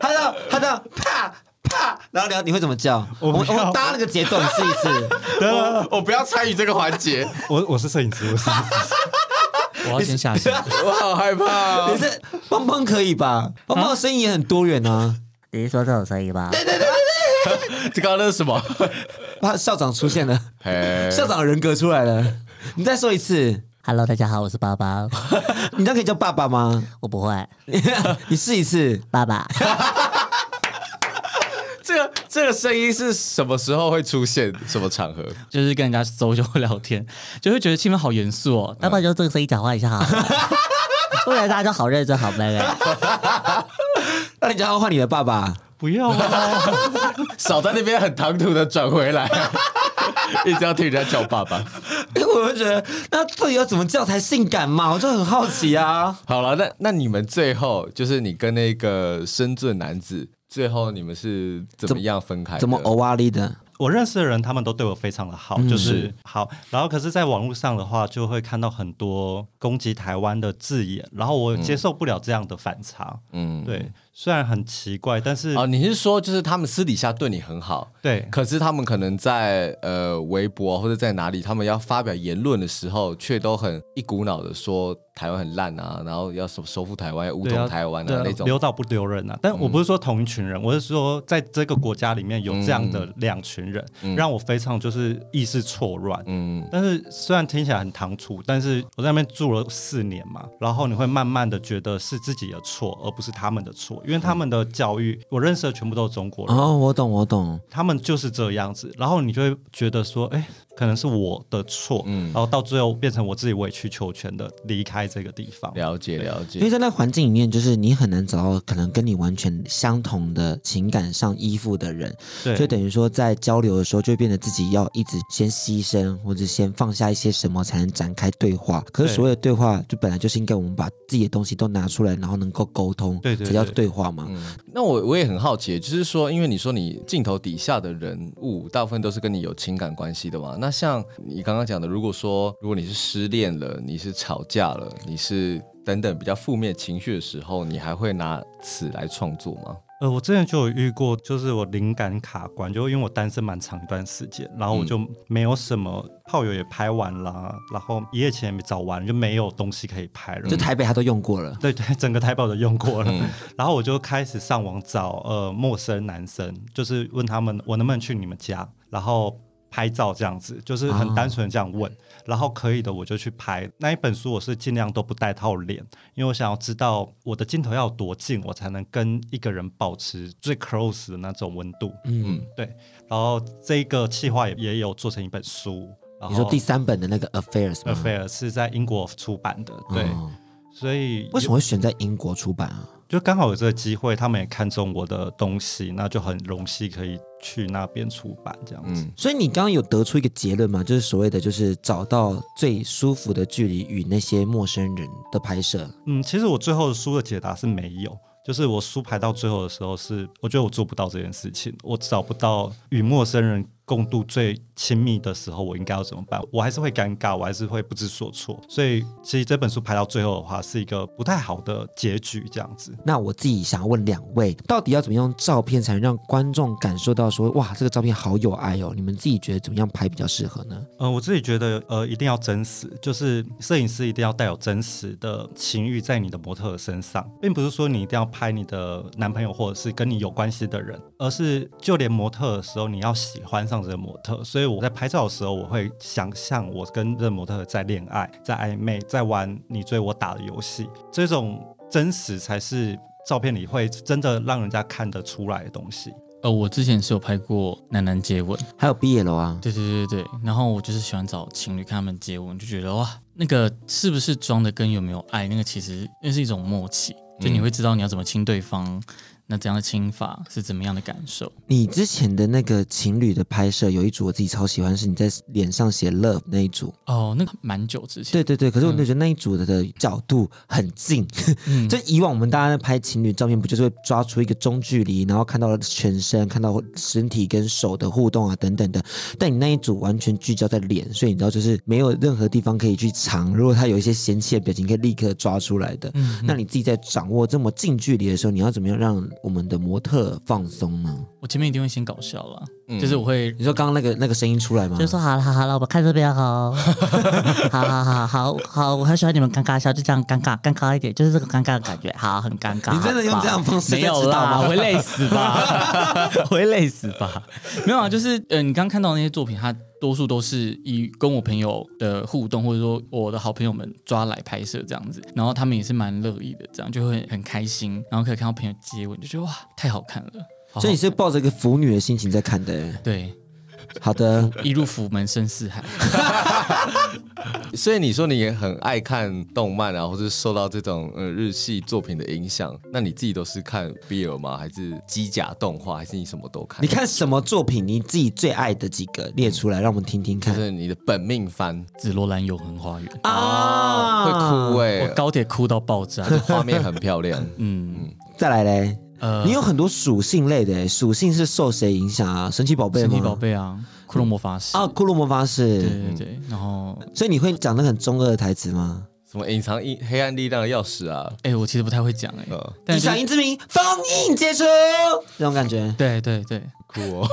Speaker 2: 他这样，他这样，啪啪，然后你要你会怎么叫？我
Speaker 3: 我
Speaker 2: 们
Speaker 3: 不
Speaker 2: 我
Speaker 3: 要
Speaker 2: 们搭那个节奏，你试一 试。
Speaker 4: 我，我哦不要参与这个环节，
Speaker 3: 我我是摄影师，我是摄影师。
Speaker 5: 我要先下线。
Speaker 4: 我好害怕
Speaker 3: 哦
Speaker 2: 你。是邦邦可以吧？邦邦的声音也很多元啊。
Speaker 1: 你是说这种声音吗？
Speaker 4: 这刚刚那是什么？
Speaker 2: 他校长 出现了，
Speaker 4: 嘿
Speaker 2: 校长的人格出来了。你再说一次，
Speaker 1: Hello，大家好，我是包包，
Speaker 2: 你这样可以叫爸爸吗？
Speaker 1: 我不会，
Speaker 2: 你试一次。
Speaker 1: 爸爸，
Speaker 4: 这个这个声音是什么时候会出现？什么场合？
Speaker 5: 就是跟人家走酒聊天，就会觉得气氛好严肃哦。
Speaker 1: 要不然就这个声音讲话一下好 了，不然大家就好认真好闷哎。
Speaker 2: 那你叫他换你的爸爸。
Speaker 3: 不要啊！
Speaker 4: 少在那边很唐突的转回来， 一直要听人家叫爸爸。
Speaker 2: 我就觉得，那到底要怎么叫才性感嘛？我就很好奇啊。
Speaker 4: 好了，那那你们最后就是你跟那个深圳男子，最后你们是怎么哦样分开的？
Speaker 2: 怎么偶哇哩的？
Speaker 3: 我认识的人，他们都对我非常的好，就是好。然后，可是，在网络上的话，就会看到很多攻击台湾的字眼，然后我接受不了这样的反差。
Speaker 4: 嗯，
Speaker 3: 对，虽然很奇怪，但是、
Speaker 4: 哦，你是说就是他们私底下对你很好，
Speaker 3: 对
Speaker 4: 可是他们可能在呃微博或者在哪里，他们要发表言论的时候，却都很一股脑的说台湾很烂啊，然后要什么收复台湾、武
Speaker 3: 对啊
Speaker 4: 统台湾
Speaker 3: 对
Speaker 4: 啊那种。嗯
Speaker 3: 留岛不留人啊！但我不是说同一群人，我是说在这个国家里面有这样的
Speaker 4: 嗯
Speaker 3: 两群人，让我非常就是意识错乱。
Speaker 4: 嗯，
Speaker 3: 但是虽然听起来很唐突，但是我在那边住了四年嘛，然后你会慢慢的觉得是自己的错，而不是他们的错，因为他们的教育，我认识的全部都是中
Speaker 4: 嗯
Speaker 3: 国人，
Speaker 2: 哦，我懂，我懂。
Speaker 3: 他们就是这样子，然后你就会觉得说，哎、可能是我的错，
Speaker 4: 嗯
Speaker 3: 然后到最后变成我自己委曲求全的离开这个地方。
Speaker 4: 了解了
Speaker 2: 因为
Speaker 4: 解。
Speaker 2: 在那环境里面，就是你很难找到可能跟你完全相同的情感上依附的人，
Speaker 3: 对，
Speaker 2: 就等于说在交流的时候，就会变得自己要一直先牺牲，或者先放下一些什么，才能展开对话。可是
Speaker 3: 对
Speaker 2: 所谓的对话，就本来就是应该我们把自己的东西都拿出来，然后能够沟通，
Speaker 3: 对对
Speaker 2: 才叫
Speaker 3: 对
Speaker 2: 对嗯话嘛。
Speaker 4: 那我我也很好奇，就是说，因为你说你镜头底下的人物大部分都是跟你有情感关系的嘛，那像你刚刚讲的，如果说如果你是失恋了，你是吵架了，你是等等比较负面情绪的时候，你还会拿此来创作吗？
Speaker 3: 呃，我之前就有遇过，就是我灵感卡关，就因为我单身蛮长一段时间，然后我就没有什么炮友也拍完啦，然后一夜情也没找完，就没有东西可以拍了。
Speaker 2: 就台北他都用过了，
Speaker 3: 对 对，整个台宝都用过了，
Speaker 2: 嗯
Speaker 3: 然后我就开始上网找呃陌生男生，就是问他们我能不能去你们家，然后拍照这样子，就是很单纯地这样
Speaker 2: 啊
Speaker 3: 问，然后可以的我就去拍。那一本书我是尽量都不带套脸，因为我想要知道我的镜头要有多近，我才能跟一个人保持最 close 的那种温度。
Speaker 2: 嗯，
Speaker 3: 对，然后这个企划也也有做成一本书。然
Speaker 2: 你说
Speaker 3: 后
Speaker 2: 第三本的那个哦 affairs 吗？
Speaker 3: affair 是在英国出版的，对，
Speaker 2: 哦
Speaker 3: 所以
Speaker 2: 为什么会选在英国出版啊？
Speaker 3: 就刚好有这个机会，他们也看中我的东西，那就很荣幸可以去那边出版这样子。
Speaker 4: 嗯
Speaker 2: 所以你刚刚有得出一个结论嘛？就是所谓的，就是找到最舒服的距离与那些陌生人的拍摄。
Speaker 3: 嗯其实我最后书的解答是没有，就是我书排到最后的时候是，我觉得我做不到这件事情，我找不到与陌生人共度最亲密的时候，我应该要怎么办？我还是会尴尬，我还是会不知所措。所以其实这本书排到最后的话，是一个不太好的结局，这样子。
Speaker 2: 那我自己想要问两位，到底要怎么用照片才能让观众感受到说，哇，这个照片好有爱哦？你们自己觉得怎么样拍比较适合呢？
Speaker 3: 呃，我自己觉得，呃，一定要真实，就是摄影师一定要带有真实的情欲在你的模特儿身上，并不是说你一定要拍你的男朋友或者是跟你有关系的人，而是就连模特儿的时候，你要喜欢上这个模特儿。所以我在拍照的时候，我会想象我跟这个模特儿在恋爱，在暧昧，在玩你追我打的游戏，这种真实才是照片里会真的让人家看得出来的东西。
Speaker 5: 呃，我之前是有拍过男男接吻，
Speaker 2: 还有 BL 啊，
Speaker 5: 对对对对，然后我就是喜欢找情侣看他们接吻，就觉得哇，那个是不是装的跟有没有爱，那个其实那是一种默契，就你会知道你要怎么亲对方，那怎样的亲法是怎么样的感受。
Speaker 2: 你之前的那个情侣的拍摄有一组我自己超喜欢，是你在脸上写 love 那一组。
Speaker 5: 哦，那个蛮久之前，
Speaker 2: 对对对，可是我就觉得那一组的的角度很近，
Speaker 5: 嗯
Speaker 2: 就以往我们大家在拍情侣照片，不就是会抓出一个中距离，然后看到了全身，看到身体跟手的互动啊等等的。但你那一组完全聚焦在脸，所以你知道就是没有任何地方可以去藏。如果他有一些嫌弃的表情，可以立刻抓出来的。
Speaker 5: 嗯
Speaker 2: 那你自己在掌握这么近距离的时候，你要怎么样让我们的模特放松呢？
Speaker 5: 我前面一定会先搞笑了，就是我会
Speaker 2: 你说刚刚那个那个声音出来吗？
Speaker 1: 就说好了好了好了，我们看这边好， 好好好好好，我很喜欢你们尴尬笑，就这样尴尬尴尬一点，就是这个尴尬的感觉，好，很尴尬。
Speaker 2: 你真的用这样的方式
Speaker 5: 没有
Speaker 2: 在指导
Speaker 5: 啦，
Speaker 2: 吗
Speaker 5: 我会累 死吧，我会累死吧。没有啊，就是呃，你刚看到的那些作品，它多数都是以跟我朋友的互动，或者说我的好朋友们抓来拍摄这样子，然后他们也是蛮乐意的，这样就会很开心，然后可以看到朋友接吻，就觉得哇，太好看了。好好
Speaker 2: 所以你是抱着一个腐女的心情在看的、欸。
Speaker 5: 对，
Speaker 2: 好的，
Speaker 5: 一入府门深似海。
Speaker 4: 所以你说你也很爱看动漫啊，或是受到这种呃日系作品的影响，那你自己都是看 BL 吗？还是机甲动画？还是你什么都看？
Speaker 2: 你，看什么作品？你自己最爱的几个列出来，让我们听听
Speaker 4: 就
Speaker 2: 看。
Speaker 4: 是你的本命番
Speaker 5: 紫罗兰永恒花园，
Speaker 2: 啊
Speaker 4: 会哭哎、
Speaker 5: 我高铁哭到爆炸。
Speaker 4: 画面很漂 亮。
Speaker 5: 嗯，
Speaker 2: 再来嘞，
Speaker 5: 呃
Speaker 2: 你，有很多属性类的欸，属性是受谁影响啊？神奇宝贝
Speaker 5: 神
Speaker 2: 吗？
Speaker 5: 奇宝贝啊，骷髅魔法师
Speaker 2: 啊，，骷髅魔法
Speaker 5: 对
Speaker 2: 师。
Speaker 5: 对对，然后
Speaker 2: 所以你会讲那个很中二的台词吗？
Speaker 4: 什么隐藏一黑暗力量的钥匙啊？
Speaker 5: 哎、我其实不太会讲哎、
Speaker 4: 呃，
Speaker 5: 但
Speaker 2: 以
Speaker 5: 是就
Speaker 2: 小鹰之名，封印解除，这种感觉
Speaker 5: 对对对，
Speaker 4: 酷哦，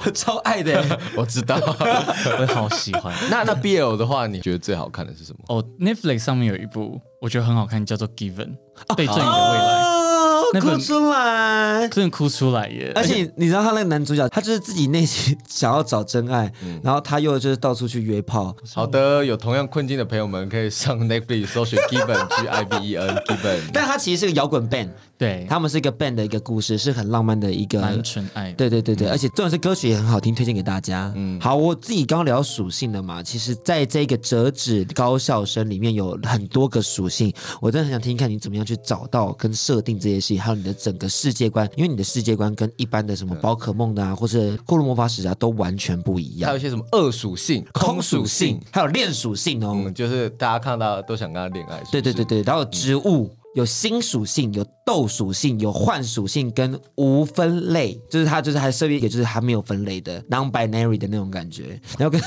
Speaker 2: 我超爱的欸。
Speaker 4: 我知道。
Speaker 5: 我也好喜欢。
Speaker 4: 那那 BL 的话，你觉得最好看的是什么？
Speaker 5: 哦、n e t f l i x 上面有一部我觉得很好看，叫做《Given》，被赠予的未来，
Speaker 2: 啊哦，
Speaker 5: 那本
Speaker 2: 哭出来。
Speaker 5: 真的哭出来耶！
Speaker 2: 而且你知道他那个男主角，他就是自己内心 想要找真爱，然后他又就是到处去约炮，
Speaker 4: 好的，有同样困境的朋友们可以上 Netflix 搜寻 Given G I B E N Given。
Speaker 2: 但他其实是个摇滚 band，
Speaker 5: 对，
Speaker 2: 他们是一个 band 的一个故事，是很浪漫的一个。
Speaker 5: 蛮纯爱的。
Speaker 2: 对对对对，而且重点是歌曲也很好听，推荐给大家。嗯，好，我自己刚刚聊到属性的嘛，其实在这个折纸高校生里面有很多个属性，我真的很想听听看你怎么样去找到跟设定这些事情，还有你的整个世界观，因为你的世界观跟一般的什么宝可梦的啊，或是骷髅魔法使啊，都完全不一
Speaker 4: 还
Speaker 2: 样
Speaker 4: 有一。些什么恶属性、
Speaker 2: 空属性，还有恋属性哦，
Speaker 4: 嗯，就是大家看到都想跟他恋爱。
Speaker 2: 对对对对，
Speaker 4: 对，
Speaker 2: 然后植物。有新属性，有豆属性，有换属性，跟无分类，就是它就是还设立一个就是还没有分类的 non-binary 的那种感觉，然 后跟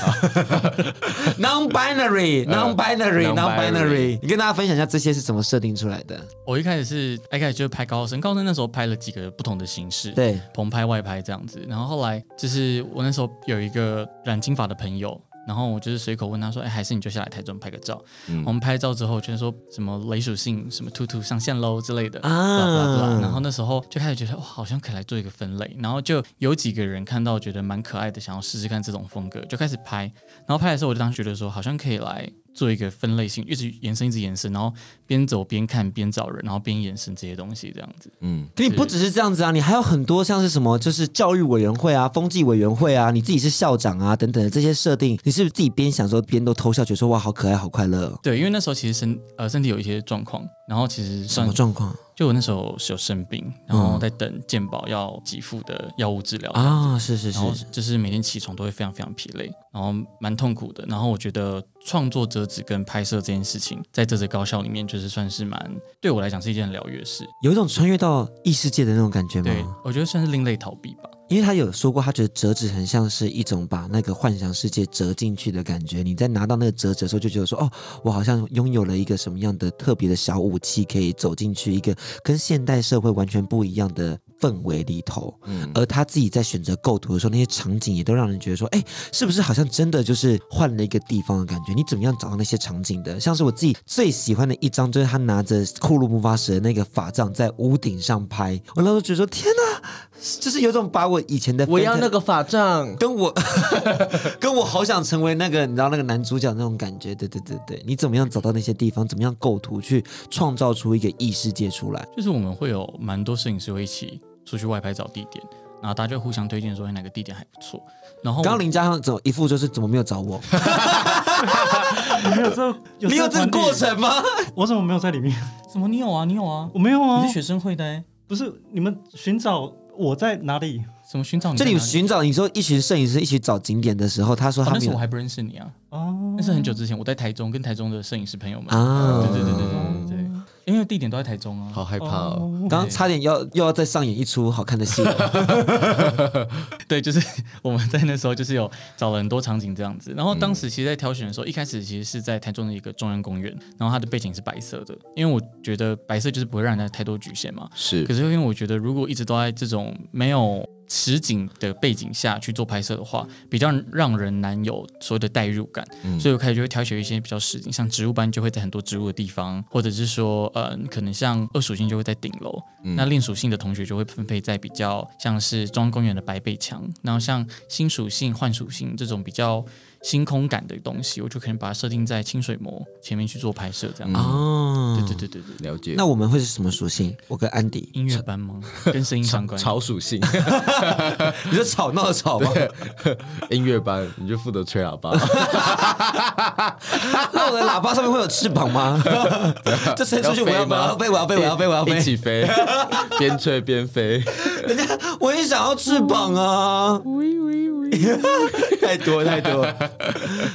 Speaker 2: non-binary 呃 non-binary non-binary，
Speaker 4: non-binary
Speaker 2: 你跟大家分享一下这些是怎么设定出来的？
Speaker 5: 我一开始是，一开始就是拍高中生，高中生那时候拍了几个不同的形式，
Speaker 2: 对，
Speaker 5: 棚拍、外拍这样子。然后后来就是我那时候有一个染金发的朋友，然后我就是随口问他说：“哎，还是你就下来台中拍个照。我们拍照之后，就是说什么雷属性、什么兔兔上线喽之类的
Speaker 2: 啊
Speaker 5: 啊。blah blah blah 然后那时候就开始觉得哇，好像可以来做一个分类。然后就有几个人看到觉得蛮可爱的，想要试试看这种风格，就开始拍。然后拍的时候，我就当时觉得说，好像可以来。做一个分类性，一直延伸，一直延伸，然后边走边看，边找人，然后边延伸这些东西，这样子。
Speaker 4: 嗯，
Speaker 2: 可你不只是这样子啊，你还有很多像是什么就是教育委员会啊、风纪委员会啊，你自己是校长啊等等的这些设定，你是不是自己边想说边都偷笑，觉得说哇好可爱好快乐、哦？
Speaker 5: 对，因为那时候其实身呃身体有一些状况，然后其实
Speaker 2: 什
Speaker 5: 算
Speaker 2: 么状况
Speaker 5: 就我那时候是有生病，然后在等健保要给付的药物治疗，
Speaker 2: 啊？是是是
Speaker 5: 然，后就是每天起床都会非常非常疲累，然后蛮痛苦的。然后我觉得创作折纸跟拍摄这件事情，在折纸高校里面就是算是蛮对我来讲是一件疗愈的事。
Speaker 2: 有一种穿越到异世界的那种感觉
Speaker 5: 对
Speaker 2: 吗？，
Speaker 5: 我觉得算是另类逃避吧。
Speaker 2: 因为他有说过，他觉得折纸很像是一种把那个幻想世界折进去的感觉。你在拿到那个折纸的时候，就觉得说，哦，我好像拥有了一个什么样的特别的小武器，可以走进去一个跟现代社会完全不一样的氛围里头。
Speaker 4: 嗯
Speaker 2: 而他自己在选择构图的时候，那些场景也都让人觉得说，哎，是不是好像真的就是换了一个地方的感觉？你怎么样找到那些场景的？像是我自己最喜欢的一张，就是他拿着库鲁木法使的那个法杖在屋顶上拍，我那时候觉得说，天哪！就是有种把我以前的
Speaker 4: 我要那
Speaker 2: 个
Speaker 4: 个法杖，
Speaker 2: 跟我 跟我好想成为那个你知道那个男主角那种感觉，对对对对，你怎么样找到那些地方，怎么样构图去创造出一个异世界出来？
Speaker 5: 就是我们会有蛮多摄影师会一起出去外拍找地点，然后大家就互相推荐说哎哪个地点还不错。然后
Speaker 2: 刚刚林家上怎么一副就是怎么没有找 我？
Speaker 5: 没有 这，
Speaker 2: 你啊有这个过？程吗？
Speaker 3: 我怎么没有在里面？
Speaker 5: 怎么你有啊？你有啊？
Speaker 3: 我没有啊
Speaker 2: 哦
Speaker 5: 你是，学生会的、欸，
Speaker 3: 不是你们寻找我在哪里？
Speaker 5: 怎么寻找你
Speaker 2: 就
Speaker 5: 在哪里？
Speaker 2: 你寻找你说一群摄影师一起找景点的时候，他说
Speaker 5: 哦
Speaker 2: 他
Speaker 5: 那
Speaker 2: 们
Speaker 5: 时
Speaker 2: 有
Speaker 5: 候我还不认识你啊，
Speaker 3: 哦
Speaker 5: 那是很久之前，我在台中跟台中的摄影师朋友们，
Speaker 2: 啊，
Speaker 5: 对对对对对对对，因为地点都在台中啊。
Speaker 4: 好害怕哦。
Speaker 2: 刚刚差点要又要再上演一出好看的 戏了，
Speaker 5: 对，就是我们在那时候就是有找了很多场景这样子，然后当时其实，在挑选的时候，一开始其实是在台中的一个中央公园，然后它的背景是白色的，因为我觉得白色就是不会让人家太多局限嘛。
Speaker 4: 是
Speaker 5: 可是因为我觉得，如果一直都在这种没有实景的背景下去做拍摄的话，比较让人难有所谓的代入感，所以我开始就会挑选一些比较实景，像植物班就会在很多植物的地方，或者是说，呃，可能像二属性就会在顶楼，那另属性的同学就会分配在比较像是中央公园的白背墙，然后像新属性、幻属性这种比较星空感的东西，我就可能把它设定在清水模前面去做拍摄，这样。
Speaker 2: 哦，
Speaker 5: 对对嗯对对对，
Speaker 4: 了解。
Speaker 2: 那我们会是什么属性？我跟安迪，
Speaker 5: 音乐班吗？跟声音相关。
Speaker 4: 潮 属性
Speaker 2: 你说吵闹的吵 吗？
Speaker 4: 音乐班，你就负责吹喇叭。
Speaker 2: 那我的喇叭上面会有翅膀 吗？这伸出去，我要我要飞，我要飞，我要飞，我要
Speaker 4: 一
Speaker 2: 飞！
Speaker 4: 起 飞，边吹边飞。
Speaker 2: 我也想要翅膀啊！ 太多太多，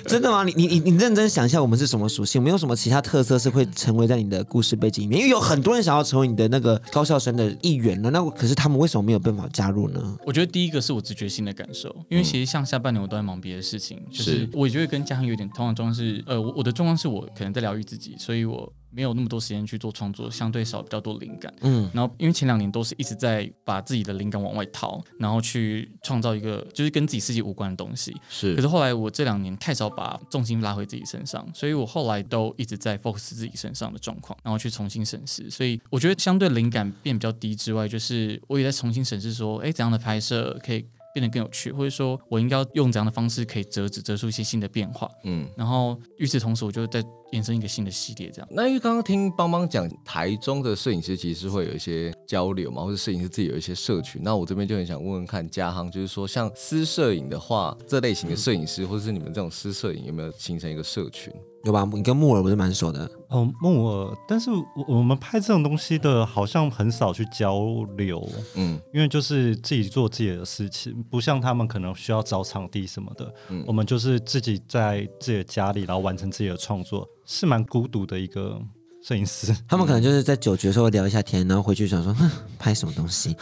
Speaker 2: 真的吗？你你你你认真想一下，我们是什么属性？我们有什么其他特色是会成为在你的故事背景里面？因为有很多人想要成为你的那个高校生的一员呢。那我可是他们为什么没有办法加入呢？
Speaker 5: 我觉得第一个是我直觉性的感受，因为其实像下半年我都在忙别的事情，就是
Speaker 4: 是
Speaker 5: 我也觉得跟嘉恒有点同样的状况是，呃，我我的状况是我可能在疗愈自己，所以我没有那么多时间去做创作，相对少比较多灵感。
Speaker 2: 嗯，
Speaker 5: 然后因为前两年都是一直在把自己的灵感往外掏，然后去创造一个就是跟自己世界无关的东西。可
Speaker 4: 是
Speaker 5: 是后来我这两年太少把重心拉回自己身上，所以我后来都一直在 focus 自己身上的状况，然后去重新审视。所以我觉得相对灵感变比较低之外，就是我也在重新审视说，哎，怎样的拍摄可以。变得更有趣，或者说我应该要用怎样的方式可以折纸折出一些新的变化，
Speaker 4: 嗯。
Speaker 5: 然后与此同时，我就在延伸一个新的系列，这样。
Speaker 4: 那因为刚刚听邦邦讲，台中的摄影师其实会有一些交流嘛，或者摄影师自己有一些社群。那我这边就很想问问看嘉航，就是说像私摄影的话，这类型的摄影师，或者是你们这种私摄影，有没有形成一个社群？
Speaker 2: 有吧？你跟木耳不是蛮熟的？
Speaker 3: 哦，木耳，但是我我们拍这种东西的，好像很少去交流，
Speaker 4: 嗯，
Speaker 3: 因为就是自己做自己的事情，不像他们可能需要找场地什么的，
Speaker 4: 嗯
Speaker 3: 我们就是自己在自己的家里，然后完成自己的创作，是蛮孤独的一个摄影 师。
Speaker 2: 他们可能就是在酒局的时候聊一下天，然后回去想说， 哼，拍什么东西？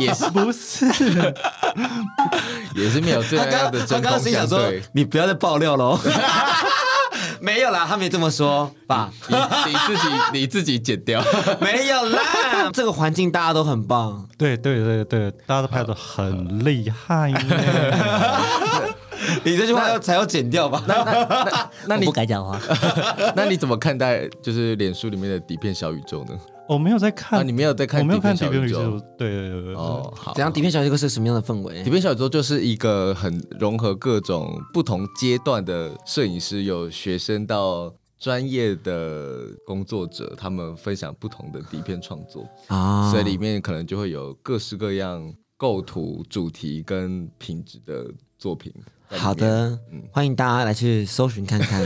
Speaker 4: 也是
Speaker 3: 不是，
Speaker 4: 也是没有这
Speaker 2: 他
Speaker 4: 样
Speaker 2: 刚
Speaker 4: 的
Speaker 2: 他
Speaker 4: 针
Speaker 2: 刚
Speaker 4: 锋
Speaker 2: 刚心想
Speaker 4: 相
Speaker 2: 说
Speaker 4: 对。，
Speaker 2: 你不要再爆料 喽。 没有啦，他没这么说吧？
Speaker 4: 你你自己你自己剪 掉，
Speaker 2: 没有啦， 这个环境大家都很棒。
Speaker 3: 对对对对，大家都拍的很厉害 耶。
Speaker 2: 你这句话要才要剪掉吧？
Speaker 4: 那
Speaker 1: 我
Speaker 4: 你
Speaker 1: 不敢讲话。
Speaker 4: 那你怎么看待就是脸书里面的底片小宇宙呢？
Speaker 3: 我哦没有在看，
Speaker 4: 啊你没有在看
Speaker 3: 我没有看
Speaker 4: 底
Speaker 3: 底
Speaker 4: 片
Speaker 3: 片
Speaker 4: 小
Speaker 3: 宇
Speaker 4: 宇宙
Speaker 3: 宙。对对对对，
Speaker 4: 哦，好，
Speaker 2: 怎样？底片小这个是什么样的氛
Speaker 4: 底
Speaker 2: 围？
Speaker 4: 片小宇宙就是一个很融合各种不同阶段的摄影师，有学生到专业的工作者，他们分享不同的底片创作，
Speaker 2: 啊
Speaker 4: 所以里面可能就会有各式各样构图、主题跟品质的作品。
Speaker 2: 好，的，欢迎大家来去搜寻看看。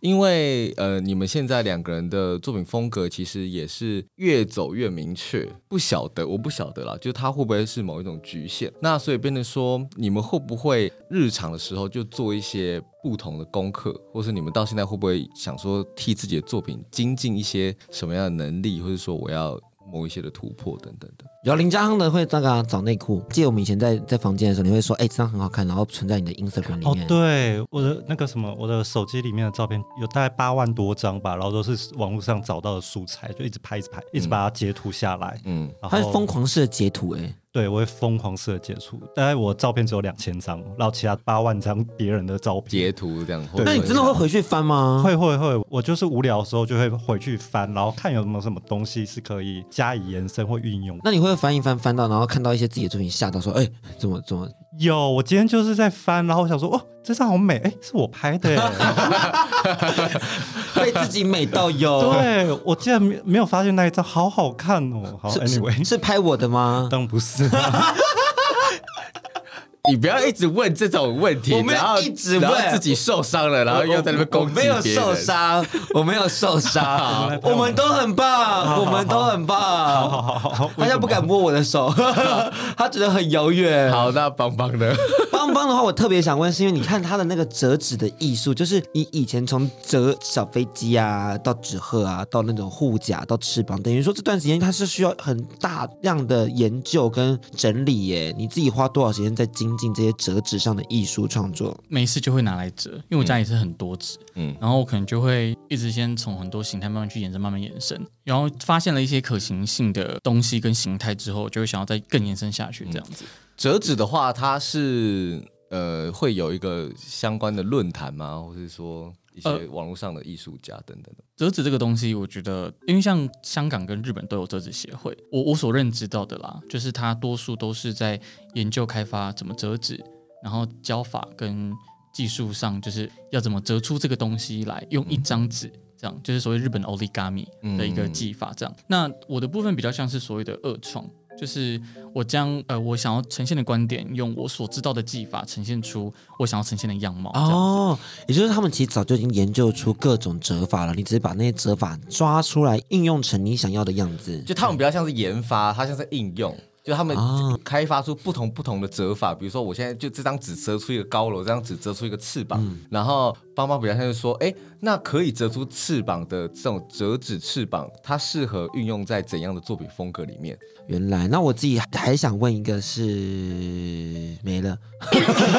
Speaker 4: 因为呃，你们现在两个人的作品风格其实也是越走越明确，不晓得，我不晓得啦，就是它会不会是某一种局限？那所以变成说，你们会不会日常的时候就做一些不同的功课，或是你们到现在会不会想说替自己的作品精进一些什么样的能力，或者说我要某一些的突破等等的。
Speaker 2: 有林家亨的会那个啊、找内裤，记得我们以前在在房间的时候，你会说，哎、这张很好看，然后存在你的 Instagram 里
Speaker 3: 哦
Speaker 2: 面。，
Speaker 3: 对，我的那个什么，我的手机里面的照片有大概八万多张吧，然后都是网络上找到的素材，就一直拍，一直拍，一直把它截图下来。
Speaker 4: 嗯
Speaker 3: 嗯，
Speaker 2: 嗯
Speaker 3: 然
Speaker 2: 他是
Speaker 3: 后
Speaker 2: 疯，狂式的截图、哎，
Speaker 3: 对我会疯狂式的截图，大概我照片只有两千张，然后其他八万张别人的照片。
Speaker 4: 截图这样，
Speaker 3: 对
Speaker 2: 那你
Speaker 4: 或者
Speaker 2: 真的会回去翻吗？
Speaker 3: 会会会，我就是无聊的时候就会回去翻，然后看有没有什么东西是可以加以延伸或运用。
Speaker 2: 那你会翻一翻，翻到然后看到一些自己的作品，吓到说，哎、怎么怎么？
Speaker 3: 有，我今天就是在翻，然后我想说，哦，这张好美，哎，是我 拍的耶。
Speaker 2: 被自己美到有。
Speaker 3: 对，我竟然没没有发现那一张好好看哦。好
Speaker 2: 是
Speaker 3: ，anyway，
Speaker 2: 是是拍我的吗？
Speaker 3: 当然不是 啊、
Speaker 4: 你不要一直问这种问题，
Speaker 2: 我没有
Speaker 4: 然后
Speaker 2: 一直问
Speaker 4: 然后自己受伤了，然后又在那边攻击
Speaker 2: 我没有
Speaker 4: 别人
Speaker 2: 受，伤，我没有受 伤，我们都很棒，我们都很棒。
Speaker 3: 好好好，
Speaker 2: 大家不敢摸我的手，他觉得很遥远。
Speaker 4: 好，那邦邦的，
Speaker 2: 邦邦的话，我特别想问，是因为你看他的那个折纸的艺术，就是你以前从折小飞机啊，到纸鹤啊，到那种护甲，到翅膀，等于说这段时间它是需要很大量的研究跟整理耶。你自己花多少时间在精进这些折纸上的艺术创作？
Speaker 5: 没事就会拿来折，因为我家里是很多纸，
Speaker 4: 嗯
Speaker 5: 嗯，然后我可能就会一直先从很多形态慢慢去延伸，慢慢延伸，然后发现了一些可行性的东西跟形态之后，就会想要再更延伸下去，这样子。
Speaker 4: 折纸的话，它是呃会有一个相关的论坛吗？或是说一些
Speaker 5: 呃
Speaker 4: 网络上的艺术家等等的？
Speaker 5: 折纸这个东西，我觉得，因为像香港跟日本都有折纸协会，我我所认知到的啦，就是它多数都是在研究开发怎么折纸，然后教法跟技术上，就是要怎么折出这个东西来，用一张纸。这
Speaker 2: 嗯
Speaker 5: 样就是所谓日本 origami 的一个技法，这样。那我的部分比较像是所谓的二创，就是我将呃我想要呈现的观点，用我所知道的技法呈现出我想要呈现的样貌。这样子
Speaker 2: 哦，也就是他们其实早就已经研究出各种折法了，你只是把那些折法抓出来，应用成你想要的样子。
Speaker 4: 就他们比较像是研发，它像是应用。就他们
Speaker 2: 啊
Speaker 4: 开发出不同不同的折法，比如说我现在就这张纸折出一个高楼，这张纸折出一个翅膀，然后邦邦比较像是说，哎，那可以折出翅膀的这种折纸翅膀，它适合运用在怎样的作品风格里面？
Speaker 2: 原来，那我自己还想问一个是没了，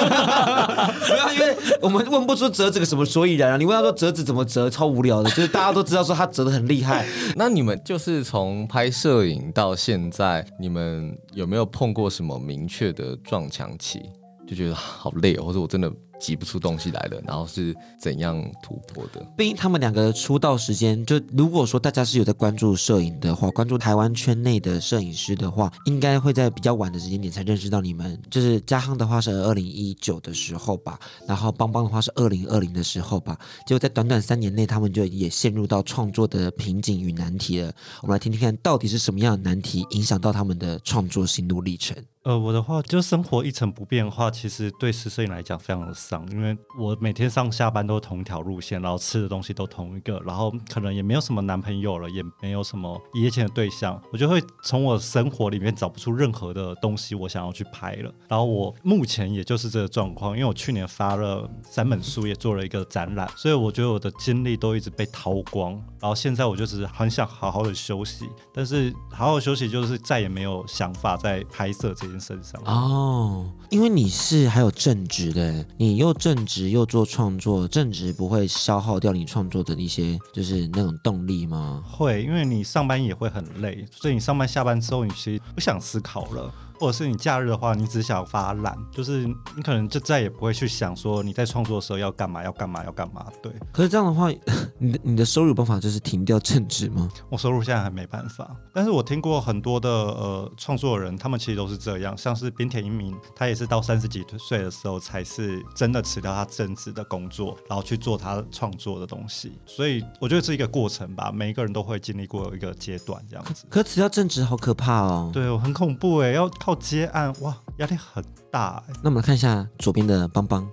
Speaker 2: 没有，因为我们问不出折纸个什么所以然啊。你问他说折纸怎么折，超无聊的，就是大家都知道说他折的很厉害，
Speaker 4: 那你们就是从拍摄影到现在，你们有没有碰过什么明确的撞墙期？就觉得啊好累、哦，或者我真的挤不出东西来了，然后是怎样突破的？
Speaker 2: 毕竟他们两个出道时间，就如果说大家是有在关注摄影的话，关注台湾圈内的摄影师的话，应该会在比较晚的时间点才认识到你们。就是嘉亨的话是二零一九的时候吧，然后邦邦的话是二零二零的时候吧。结果在短短三年内，他们就也陷入到创作的瓶颈与难题了。我们来听听看到底是什么样的难题影响到他们的创作心路历程。
Speaker 3: 呃，我的话就生活一成不变的话，其实对食摄影来讲非常的伤，因为我每天上下班都同一条路线，然后吃的东西都同一个，然后可能也没有什么男朋友了，也没有什么一夜情的对象，我就会从我生活里面找不出任何的东西我想要去拍了。然后我目前也就是这个状况，因为我去年发了三本书，也做了一个展览，所以我觉得我的精力都一直被掏光，然后现在我就只是很想好好的休息，但是好好休息就是再也没有想法在拍摄这件事上。
Speaker 2: 哦，因为你是还有正职的，你又正职又做创作，正职不会消耗掉你创作的一些就是那种动力吗？
Speaker 3: 会，因为你上班也会很累，所以你上班下班之后，你其实不想思考了，或者是你假日的话，你只想发懒，就是你可能就再也不会去想说你在创作的时候要干嘛，要干嘛，要干嘛。对
Speaker 2: 可是这样的话， 你的你的收入办法就是停掉正职吗？
Speaker 3: 我收入现在还没办法，但是我听过很多的呃创作人，他们其实都是这样，像是冰田一明，他也是到三十几岁的时候才是真的辞掉他正职的工作，然后去做他创作的东西。所以我觉得是一个过程吧，每一个人都会经历过一个阶段这样子。
Speaker 2: 可辞掉正职好可怕哦。
Speaker 3: 对，我很恐怖哎，要靠接案，哇，压力很大哎。
Speaker 2: 那我们来看一下左边的邦 邦，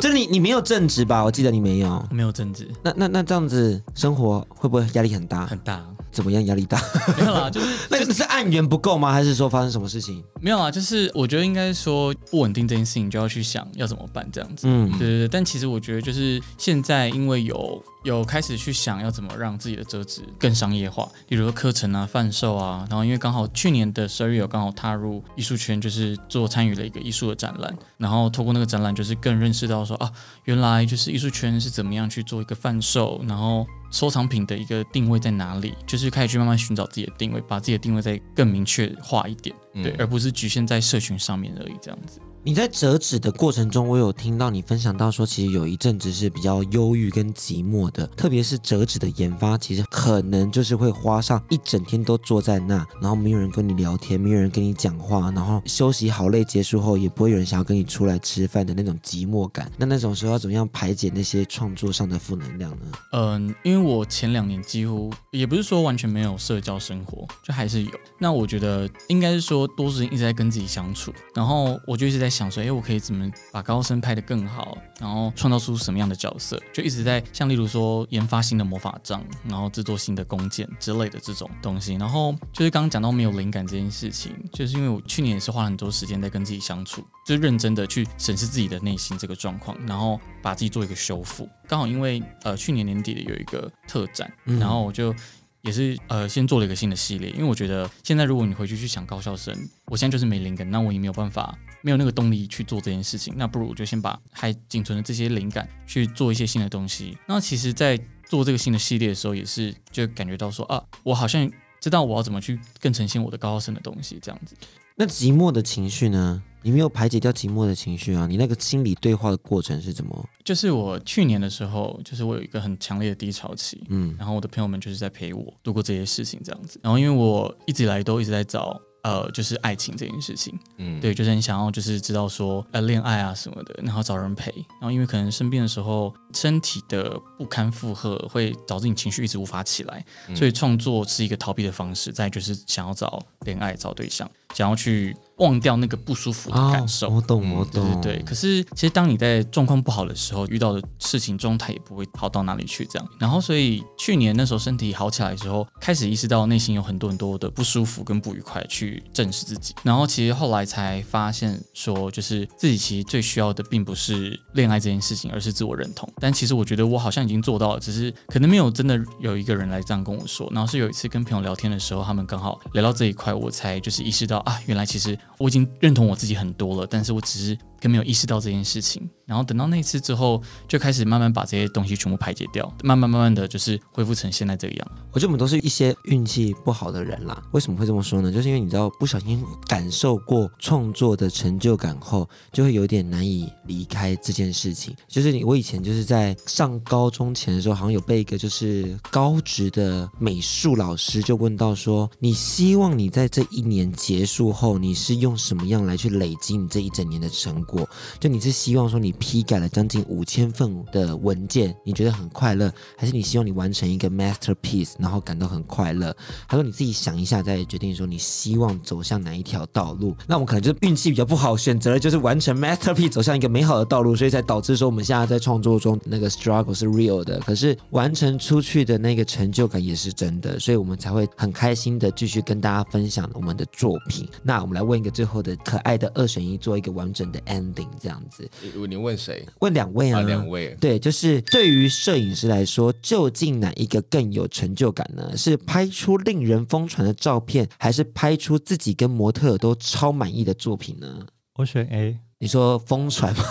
Speaker 2: 就是你你没有正职吧？我记得你没有。
Speaker 5: 没有政治
Speaker 2: 那那那这样子生活会不会压力很大？
Speaker 5: 很大，
Speaker 2: 怎么样压力 大？
Speaker 5: 没有啦，就是
Speaker 2: 那是案源不够吗？还是说发生什么事情？
Speaker 5: 没有啦，啊就是我觉得应该说不稳定这件事情，就要去想要怎么办这样子。
Speaker 2: 嗯
Speaker 5: 对对对，但其实我觉得就是现在，因为有有开始去想要怎么让自己的折纸更商业化，比如说课程啊、贩售啊，然后因为刚好去年的十二月有刚好踏入艺术圈，就是做参与了一个艺术的展览，然后透过那个展览，就是更认识到说啊，原来就是艺术圈是怎么样去做一个贩售，然后收藏品的一个定位在哪里，就是开始去慢慢寻找自己的定位，把自己的定位再更明确化一点，
Speaker 4: 嗯
Speaker 5: 对，呃而不是局限在社群上面而已这样子。
Speaker 2: 你在折纸的过程中，我有听到你分享到说，其实有一阵子是比较忧郁跟寂寞的，特别是折纸的研发，其实可能就是会花上一整天都坐在那，然后没有人跟你聊天，没有人跟你讲话，然后休息好累，结束后也不会有人想要跟你出来吃饭的那种寂寞感。那那种时候要怎么样排解那些创作上的负能量呢？
Speaker 5: 嗯，因为我前两年几乎也不是说完全没有社交生活，就还是有。那我觉得应该是说多数人一直在跟自己相处，然后我就一直在想说，哎，我可以怎么把高升拍得更好，然后创造出什么样的角色，就一直在像例如说研发新的魔法杖，然后制作新的弓箭之类的这种东西。然后就是刚刚讲到没有灵感这件事情，就是因为我去年也是花了很多时间在跟自己相处，就认真的去审视自己的内心这个状况，然后把自己做一个修复。刚好因为呃去年年底的有一个特展，然后我就也是呃先做了一个新的系列，因为我觉得现在如果你回去去想高校生，我现在就是没灵感，那我也没有办法没有那个动力去做这件事情，那不如我就先把还仅存的这些灵感去做一些新的东西。那其实，在做这个新的系列的时候，也是就感觉到说啊，我好像知道我要怎么去更呈现我的高校生的东西这样子。
Speaker 2: 那寂寞的情绪呢？你没有排解掉寂寞的情绪啊？你那个心理对话的过程是怎么？
Speaker 5: 就是我去年的时候，就是我有一个很强烈的低潮期，
Speaker 2: 嗯
Speaker 5: 嗯，然后我的朋友们就是在陪我度过这些事情这样子。然后因为我一直以来都一直在找。呃，就是爱情这件事情，嗯，对，就是很想要，就是知道说，呃，恋爱啊什么的，然后找人陪，然后因为可能生病的时候，身体的不堪负荷会导致你情绪一直无法起来，所以创作是一个逃避的方式，再就是想要找恋爱、找对象，想要去忘掉那个不舒服的感受。
Speaker 2: 哦
Speaker 5: 嗯
Speaker 2: 我懂，我
Speaker 5: 对
Speaker 2: 懂，
Speaker 5: 对对，可是其实当你在状况不好的时候，遇到的事情状态也不会好到哪里去，这样。然后所以去年那时候身体好起来之后，开始意识到内心有很多很多的不舒服跟不愉快，去正视自己。然后其实后来才发现说，就是自己其实最需要的并不是恋爱这件事情，而是自我认同。但其实我觉得我好像已经做到了，只是可能没有真的有一个人来这样跟我说。然后是有一次跟朋友聊天的时候，他们刚好聊到这一块，我才就是意识到啊，原来其实我已经认同我自己很多了，但是我只是更没有意识到这件事情。然后等到那一次之后，就开始慢慢把这些东西全部排解掉，慢慢慢慢的就是恢复成现在这个样子。
Speaker 2: 我觉得我们都是一些运气不好的人啦。为什么会这么说呢？就是因为你知道，不小心感受过创作的成就感后，就会有点难以离开这件事情。就是你，我以前就是在上高中前的时候，好像有被一个就是高职的美术老师就问到说，你希望你在这一年结束后，你是用什么样来去累积你这一整年的成果？就你是希望说你批改了将近五千份的文件，你觉得很快乐，还是你希望你完成一个 masterpiece，然后感到很快乐？他说你自己想一下，再决定说你希望走向哪一条道路。那我们可能就是运气比较不好，选择了就是完成 masterpiece，走向一个美好的道路，所以才导致说我们现在在创作中那个 struggle 是 real 的，可是完成出去的那个成就感也是真的，所以我们才会很开心的继续跟大家分享我们的作品。那我们来问一个最后的可爱的二选一，做一个完整的 ending，这样子。
Speaker 4: 你你问谁？
Speaker 2: 问两位啊，
Speaker 4: 啊两位
Speaker 2: 对，就是对于摄影师来说，究竟哪一个更有成就感呢？是拍出令人疯传的照片，还是拍出自己跟模特儿都超满意的作品呢？
Speaker 3: 我选 A，
Speaker 2: 你说疯传吗？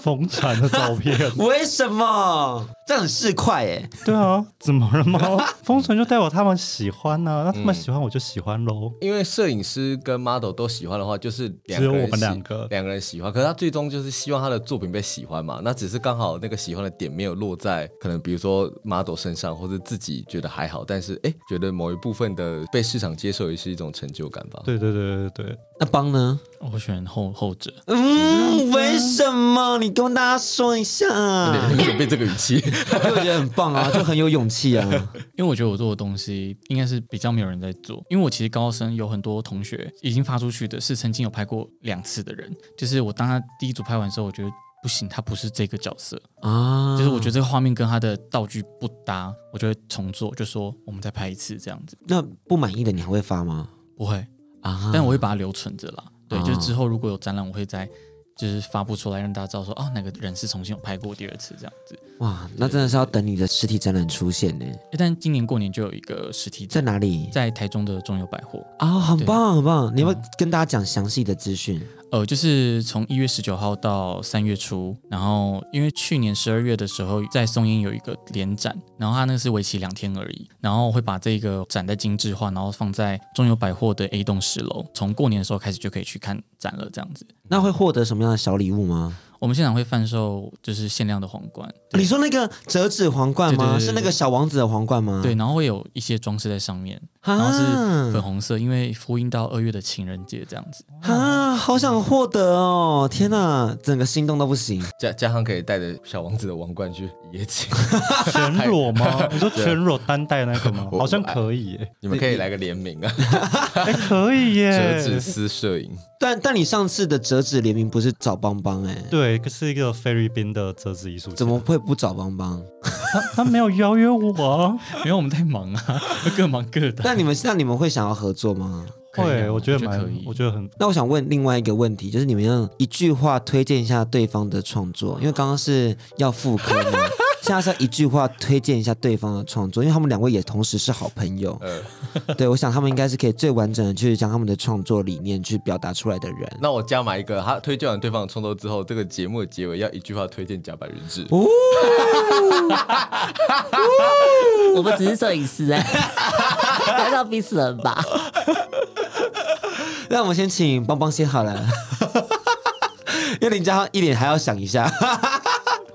Speaker 3: 疯传的照片。
Speaker 2: 为什么？这样很市侩欸耶。
Speaker 3: 对啊，怎么了吗？ 疯传就代表他们喜欢呢、那他们喜欢我就喜欢喽。
Speaker 4: 因为摄影师跟 model 都喜欢的话，就是两个人
Speaker 3: 只有我们
Speaker 4: 喜
Speaker 3: 两个
Speaker 4: 两个人喜欢。可是他最终就是希望他的作品被喜欢嘛，那只是刚好那个喜欢的点没有落在可能比如说 model 身上，或者自己觉得还好，但是哎，觉得某一部分的被市场接受也是一种成就感吧。
Speaker 3: 对对对对对，
Speaker 2: 那帮呢？
Speaker 5: 我选后后者，
Speaker 2: 嗯，为什么？你跟大家说一下，
Speaker 4: 对，
Speaker 2: 因
Speaker 4: 你怎么变这个语气？
Speaker 2: 为我觉得很棒啊，就很有勇气啊。
Speaker 5: 因为我觉得我做的东西应该是比较没有人在做，因为我其实高升有很多同学已经发出去的是曾经有拍过两次的人，就是我当他第一组拍完之后，我觉得不行，他不是这个角色，
Speaker 2: 啊
Speaker 5: 就是我觉得这个画面跟他的道具不搭，我就会重做，就说我们再拍一次这样子，
Speaker 2: 那不满意的你还会发吗？
Speaker 5: 不会，
Speaker 2: 啊，
Speaker 5: 但我会把它留存着啦。对，
Speaker 2: 啊
Speaker 5: 就是之后如果有展览，我会再就是发布出来，让大家知道说哦，哪个人是重新有拍过第二次这样子。
Speaker 2: 哇，那真的是要等你的实体展览出现呢，
Speaker 5: 诶但今年过年就有一个实体
Speaker 2: 在
Speaker 5: 展，
Speaker 2: 哪里？
Speaker 5: 在台中的中友百货，
Speaker 2: 啊、很棒很棒！你要不要跟大家讲详细的资讯？
Speaker 5: 呃，就是从一月十九号到三月初，然后因为去年十二月的时候在松烟有一个联展，然后它那个是为期两天而已，然后会把这个展再精致化，然后放在中友百货的 A 栋十楼，从过年的时候开始就可以去看展了，这样子。
Speaker 2: 那会获得什么样的小礼物吗？
Speaker 5: 我们现场会贩售就是限量的皇冠，
Speaker 2: 你说那个折纸皇冠吗？
Speaker 5: 对对对对
Speaker 2: 是那个小王子的皇冠吗？
Speaker 5: 对，，然后会有一些装饰在上面，
Speaker 2: 啊
Speaker 5: 然后是粉红色，因为呼应到二月的情人节这样子。
Speaker 2: 啊，好想获得哦！天哪，整个心动到不行。
Speaker 4: 嘉嘉航可以带着小王子的王冠去野景，
Speaker 3: 全裸吗？你说全裸单带那 个吗？
Speaker 4: 我
Speaker 3: 好像可以耶，
Speaker 4: 你们可以来个联名 啊，
Speaker 3: 哎，可以
Speaker 4: 折纸
Speaker 3: 耶。
Speaker 4: 丝摄影。
Speaker 2: 但但你上次的折纸联名不是找邦邦哎、
Speaker 3: 对，是一个菲律宾的折纸艺术家。
Speaker 2: 怎么会不找邦邦？
Speaker 3: 他他没有邀约我啊？
Speaker 5: 因为我们太忙啊， 各忙各的。
Speaker 2: 那你们那你们会想要合作吗？
Speaker 5: 可以啊
Speaker 3: 会，我觉得蛮
Speaker 5: 可以，，
Speaker 3: 我觉得很
Speaker 2: 那我想问另外一个问题，就是你们要一句话推荐一下对方的创作，因为刚刚是要复刻嘛，现在是要一句话推荐一下对方的创作，因为他们两位也同时是好朋友。
Speaker 4: 呃，
Speaker 2: 对，我想他们应该是可以最完整的去将他们的创作理念去表达出来的人。
Speaker 4: 那我加码一个，他推荐完对方的创作之后，这个节目的结尾要一句话推荐甲板日志。
Speaker 1: 我们只是摄影师 哎、难道逼死人吧？
Speaker 2: 那我们先请邦邦先好了，因为林家一脸还要想一下。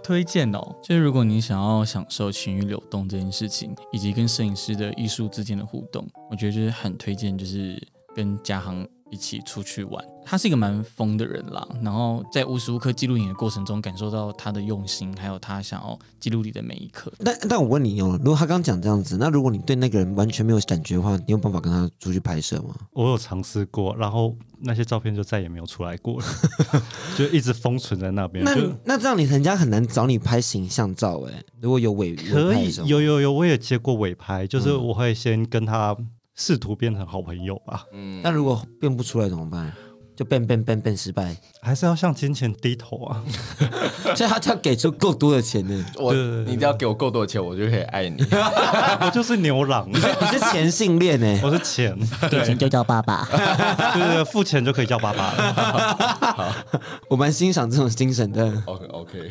Speaker 5: 推荐哦，就是如果你想要享受情欲流动这件事情，以及跟摄影师的艺术之间的互动，我觉得就是很推荐，就是跟嘉航一起出去玩。他是一个蛮疯的人啦，然后在无时无刻记录你的过程中，感受到他的用心，还有他想要记录你的每一刻。
Speaker 2: 但但我问你哦，如果他刚讲这样子，那如果你对那个人完全没有感觉的话，你有办法跟他出去拍摄吗？
Speaker 3: 我有尝试过，然后那些照片就再也没有出来过 了，就一直封存在那边。
Speaker 2: 那
Speaker 3: 嗯就
Speaker 2: 那这样你人家很难找你拍形象照哎、如果有伪
Speaker 3: 可
Speaker 2: 伪拍
Speaker 3: 以
Speaker 2: 的时候
Speaker 3: 有有有，我也接过尾拍，就是我会先跟他试图变成好朋友吧，
Speaker 2: 那如果变不出来怎么办？就变变变变失 败，
Speaker 3: 还是要向金钱低头 啊。
Speaker 2: 所以他就要给出够多的钱呢。
Speaker 4: 我，
Speaker 3: 对对对
Speaker 4: 你只要给我够多的钱，我就可以爱你。
Speaker 3: 我就是牛 郎，
Speaker 2: 你是前性恋欸呢、
Speaker 3: 我是钱，
Speaker 1: 给钱就叫爸爸，
Speaker 3: 对对对，付钱就可以叫爸爸了。
Speaker 2: 我蛮欣赏这种精神的。
Speaker 4: OK OK，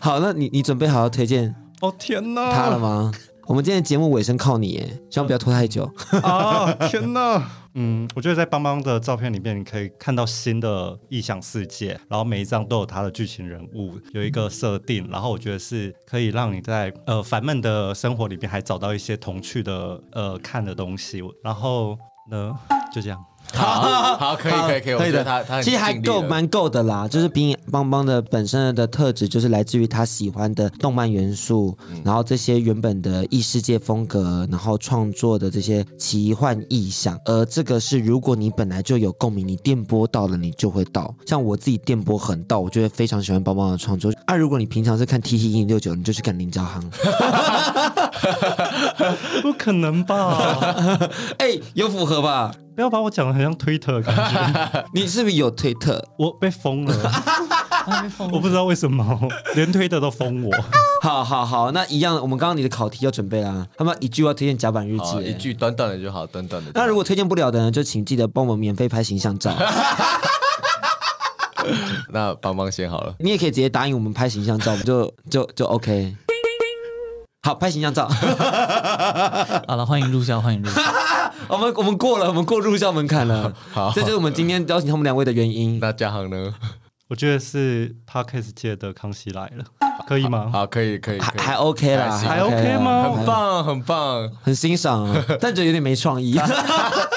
Speaker 2: 好，那你你准备好要推荐
Speaker 3: 哦天
Speaker 2: 他了
Speaker 3: 哪！
Speaker 2: 吗？我们今天的节目尾声靠你耶，希望不要拖太久。
Speaker 3: 啊天 哪！嗯，我觉得在邦邦的照片里面，你可以看到新的意象世界，然后每一张都有它的剧情人物，有一个设定，然后我觉得是可以让你在呃烦闷的生活里面还找到一些童趣的呃看的东西。然后 呢，就这样。
Speaker 4: 好好可以可以可以，我
Speaker 2: 啊可以
Speaker 4: 觉
Speaker 2: 的，
Speaker 4: 得他他很
Speaker 2: 其实还
Speaker 4: 尽力
Speaker 2: 够
Speaker 4: 了
Speaker 2: 蛮够的啦，就是比邦邦的本身的特质就是来自于他喜欢的动漫元素，
Speaker 4: 嗯
Speaker 2: 然后这些原本的异世界风格，然后创作的这些奇幻意象，而这个是如果你本来就有共鸣，你电波到了你就会到。像我自己电波很到，我就会非常喜欢邦邦的创作。啊，如果你平常是看 T T 一零六九，你就去看林兆航。
Speaker 3: 不可能吧？
Speaker 2: 哎、有符合吧？
Speaker 3: 不要把我讲的很像推特的感觉，
Speaker 2: 你是不是有推特？
Speaker 3: 我被封了，我不知道为什么，连推特都封我。
Speaker 2: 好好好，那一样，我们刚刚你的考题要准备啦。他们一句要推荐甲板日志、
Speaker 4: 好一句短短的就好，短短的就好。
Speaker 2: 那如果推荐不了的呢，就请记得帮我们免费拍形象 照。
Speaker 4: 那帮帮先好了，
Speaker 2: 你也可以直接答应我们拍形象照，我们 就就就 OK。好，拍形象照。
Speaker 5: 好了，欢迎入校，欢迎入校。
Speaker 2: 我们我们过了，我们过入校门槛了。
Speaker 4: 好
Speaker 2: 这就是我们今天邀请他们两位的原因。
Speaker 4: 那嘉航呢？
Speaker 3: 我觉得是 podcast 界的康熙来 了，可以吗？
Speaker 4: 好，可以可以，
Speaker 2: 还
Speaker 4: 可以
Speaker 2: 还 OK 啦，
Speaker 4: 还
Speaker 3: 行
Speaker 2: OK 啦
Speaker 3: OK 吗
Speaker 4: 很，棒很棒。
Speaker 2: 很欣赏啊，但觉得有点没创 意。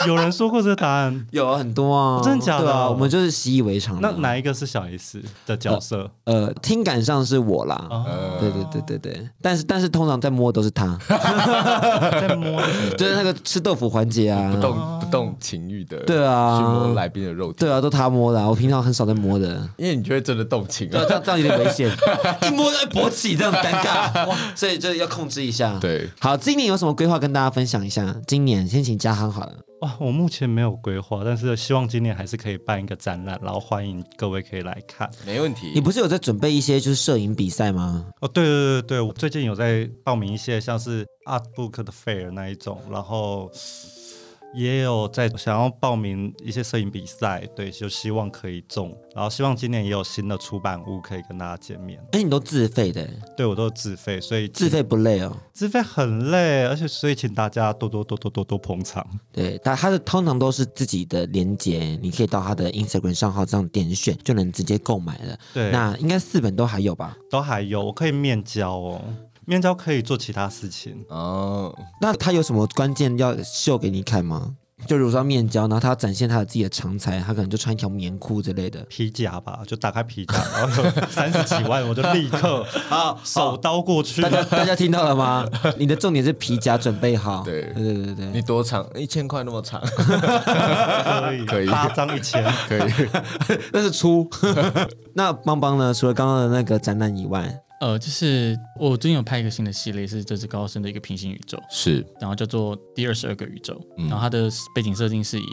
Speaker 3: 有人说过这个答
Speaker 4: 嗯
Speaker 3: 案，
Speaker 2: 有很多啊，
Speaker 3: 真的假的
Speaker 2: 对啊，我们就是习以为常了。
Speaker 3: 那哪一个是小 S 的角 色？
Speaker 2: 呃，听感上是我啦。
Speaker 3: 哦，
Speaker 2: 对对对对对，但是但是通常在摸的都是 他，
Speaker 3: 在摸
Speaker 2: 就是那个吃豆腐环节啊，
Speaker 4: 不动不动情欲的，
Speaker 2: 对啊
Speaker 4: 去摸来宾的肉体，
Speaker 2: 对啊，都他摸的、啊，我平常很少在摸的。
Speaker 4: 因为你就会真的动情情
Speaker 2: 对
Speaker 4: 啊
Speaker 2: 啊，。这样这样有点危险， 一摸就勃起，这样很尴尬，哇所以就是要控制一下。
Speaker 4: 对，
Speaker 2: 好，今年有什么规划跟大家分享一下？今年先请嘉航好了，
Speaker 3: 哇，哦我目前没有规划，但是希望今年还是可以办一个展览，然后欢迎各位可以来看。
Speaker 4: 没问
Speaker 2: 你
Speaker 4: 题。
Speaker 2: 不是有在准备一些就是摄影比赛吗？
Speaker 3: 哦，对对对对，我最近有在报名一些像是 Art Book 的 Fair 那一种，然后也有在想要报名一些摄影比赛，对，就希望可以中，然后希望今年也有新的出版物可以跟大家见面。
Speaker 2: 哎，你都自费的，
Speaker 3: 对我都自费，所以
Speaker 2: 自费不累哦。
Speaker 3: 自费很累，而且所以请大家多多多多多多捧场。
Speaker 2: 对，但它的通常都是自己的连接，你可以到它的 Instagram 账号这样点选就能直接购买了。
Speaker 3: 对，
Speaker 2: 那应该四本都还有吧？
Speaker 3: 都还有，我可以面交哦，面交可以做其他事情。
Speaker 4: 哦，
Speaker 2: 那他有什么关键要秀给你看吗？就如说面交，然后他要展现他的自己的长才，他可能就穿一条棉裤之类的。
Speaker 3: 皮夹吧，就打开皮夹，然后有三十几万，我就立刻啊手刀过去
Speaker 2: 大。家大家听到了吗？你的重点是皮夹准备好。
Speaker 4: 对
Speaker 2: 对对对对
Speaker 4: 你多长？一千块那么长，
Speaker 3: 可以，
Speaker 4: 可以
Speaker 3: 八张一千，
Speaker 4: 可以。
Speaker 2: 那是粗。 那邦邦呢？除了刚刚的那个展览以外，
Speaker 5: 呃，就是我最近有拍一个新的系列，是这只高生的一个平行宇宙，
Speaker 4: 是
Speaker 5: 然后叫做第二十二个宇宙，
Speaker 2: 嗯
Speaker 5: 然后它的背景设定是以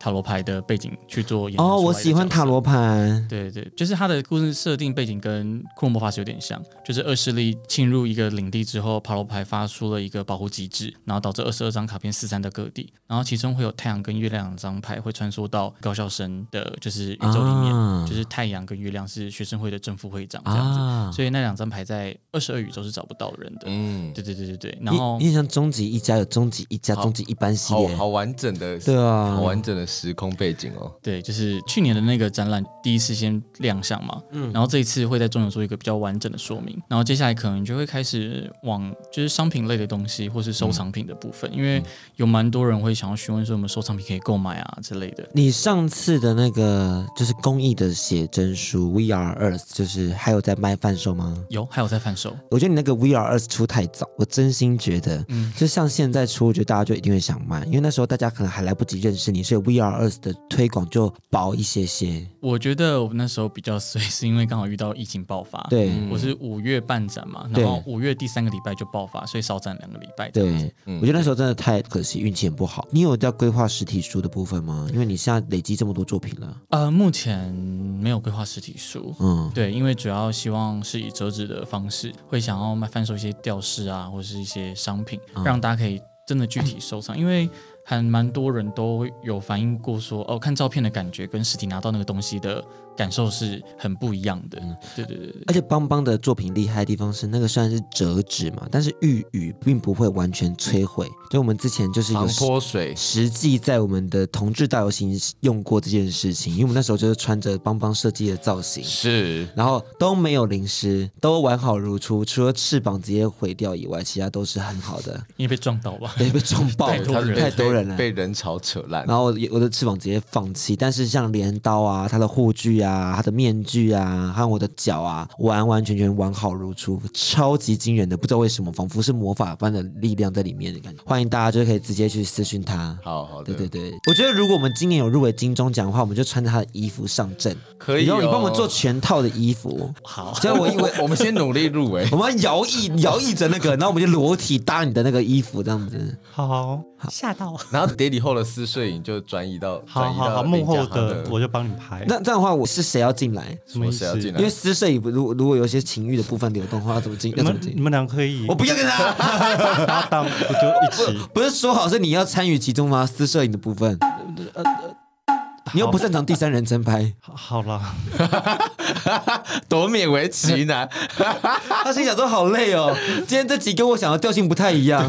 Speaker 5: 塔罗牌的背景去做衍生
Speaker 2: 哦，
Speaker 5: 出来
Speaker 2: 我
Speaker 5: 的
Speaker 2: 喜欢
Speaker 5: 角
Speaker 2: 塔
Speaker 5: 色
Speaker 2: 罗牌。
Speaker 5: 对对，就是它的故事设定背景跟《库洛魔法使》有点像，就是恶势力侵入一个领地之后，塔罗牌发出了一个保护机制，然后导致二十二张卡片四散到各地，然后其中会有太阳跟月亮两张牌会穿梭到高校生的，就是宇宙里面，
Speaker 2: 啊
Speaker 5: 就是太阳跟月亮是学生会的正副会长这样子，
Speaker 2: 啊
Speaker 5: 所以那两张牌在二十二宇宙是找不到人的。
Speaker 4: 嗯，
Speaker 5: 对对对对对，然
Speaker 2: 你
Speaker 5: 后
Speaker 2: 你很像终极一家有终极一家、
Speaker 4: 好
Speaker 2: 终极一班系
Speaker 4: 好
Speaker 2: 列。
Speaker 4: 好完整的，
Speaker 2: 对啊
Speaker 4: 好完整的时空背景哦。
Speaker 5: 对，就是去年的那个展览第一次先亮相嘛，嗯，然后这一次会在中游做一个比较完整的说明，然后接下来可能就会开始往就是商品类的东西或是
Speaker 2: 嗯
Speaker 5: 收藏品的部分，因为有蛮多人会想要询问说我们收藏品可以购买啊之类的。
Speaker 2: 你上次的那个就是公益的写真书 V R Earth，就是还有在卖贩售吗？
Speaker 5: 有，还有在贩售，
Speaker 2: 我觉得你那个 V R Earth 出太早，我真心觉得，嗯，就像现在出，我觉得大家就一定会想买，因为那时候大家可能还来不及认识你，所以 V R Earth 的推广就薄一些些。
Speaker 5: 我觉得我那时候比较衰，是因为刚好遇到疫情爆发，，
Speaker 2: 对、嗯
Speaker 5: 我是五月办展嘛，
Speaker 2: 对
Speaker 5: 然后五月第三个礼拜就爆发，所以少展两个礼拜这样子。
Speaker 2: 嗯对，我觉得那时候真的太可惜，运气很不好。你有在规划实体书的部分吗？因为你现在累积这么多作品了，
Speaker 5: 呃，目前没有规划实体书，
Speaker 2: 嗯，
Speaker 5: 对，因为主要希望是以折纸的方式，会想要卖贩售一些吊饰啊，或是一些商品，让大家可以真的具体收藏。因为还蛮多人都有反映过说，哦，看照片的感觉跟实体拿到那个东西的感受是很不一样的。对对对对，
Speaker 2: 而且邦邦的作品厉害的地方是，那个虽然是折纸嘛，但是玉语并不会完全摧毁。就我们之前就是有
Speaker 4: 防泼水，
Speaker 2: 实际在我们的同志大游行用过这件事情，因为我们那时候就是穿着邦邦设计的造型，
Speaker 4: 是
Speaker 2: 然后都没有淋湿，都完好如初，除了翅膀直接毁掉以外，其他都是很好 的。
Speaker 5: 因为被撞到吧？
Speaker 2: 对，被撞爆了，
Speaker 5: 太多人
Speaker 2: 太多人
Speaker 4: 被
Speaker 2: 了。
Speaker 4: 被人潮扯烂。
Speaker 2: 然后我的我的翅膀直接放弃，但是像镰刀啊、它的护具啊、它的面具啊，还有我的脚啊，完完全全完好如初，超级惊人的，不知道为什么，仿佛是魔法般的力量在里面的感觉。欢迎大家就可以直接去私讯他。
Speaker 4: 好好的，
Speaker 2: 对对对，我觉得如果我们今年有入围金钟奖的话，我们就穿着他的衣服上阵，
Speaker 4: 可以
Speaker 2: 然后你
Speaker 4: 哦
Speaker 2: 帮我们做全套的衣 服，
Speaker 5: 好，
Speaker 2: 所以我以为
Speaker 4: 我我们先努力入围
Speaker 2: 我。们要摇曳摇曳着那个，然后我们就裸体搭你的那个衣服这样子。
Speaker 3: 好
Speaker 1: 吓到我。
Speaker 4: 然后碟里后的私摄影就转移到
Speaker 3: 好
Speaker 4: 转移
Speaker 3: 好
Speaker 4: 到
Speaker 3: 好，幕后
Speaker 4: 林家行
Speaker 3: 的我就帮你拍。
Speaker 2: 那这样的话，我是谁要进啊来？
Speaker 3: 什么意
Speaker 4: 谁要进
Speaker 3: 思？
Speaker 4: 来
Speaker 2: 因为私摄影不如如果有一些情欲的部分流动的话，要怎么进？要
Speaker 3: 你
Speaker 2: 怎么
Speaker 3: 们你
Speaker 2: 进？
Speaker 3: 们俩可以
Speaker 2: 我不要跟他，
Speaker 3: 搭档，不就一 起？
Speaker 2: 不是说好是你要参与其中吗？私摄影的部分，
Speaker 3: 呃
Speaker 2: 你又不擅长第三人称拍。
Speaker 3: 好好啦，
Speaker 4: 多勉为 其难，
Speaker 2: 他心想说：“好累 哦，今天这集跟我想的调性不太一样。”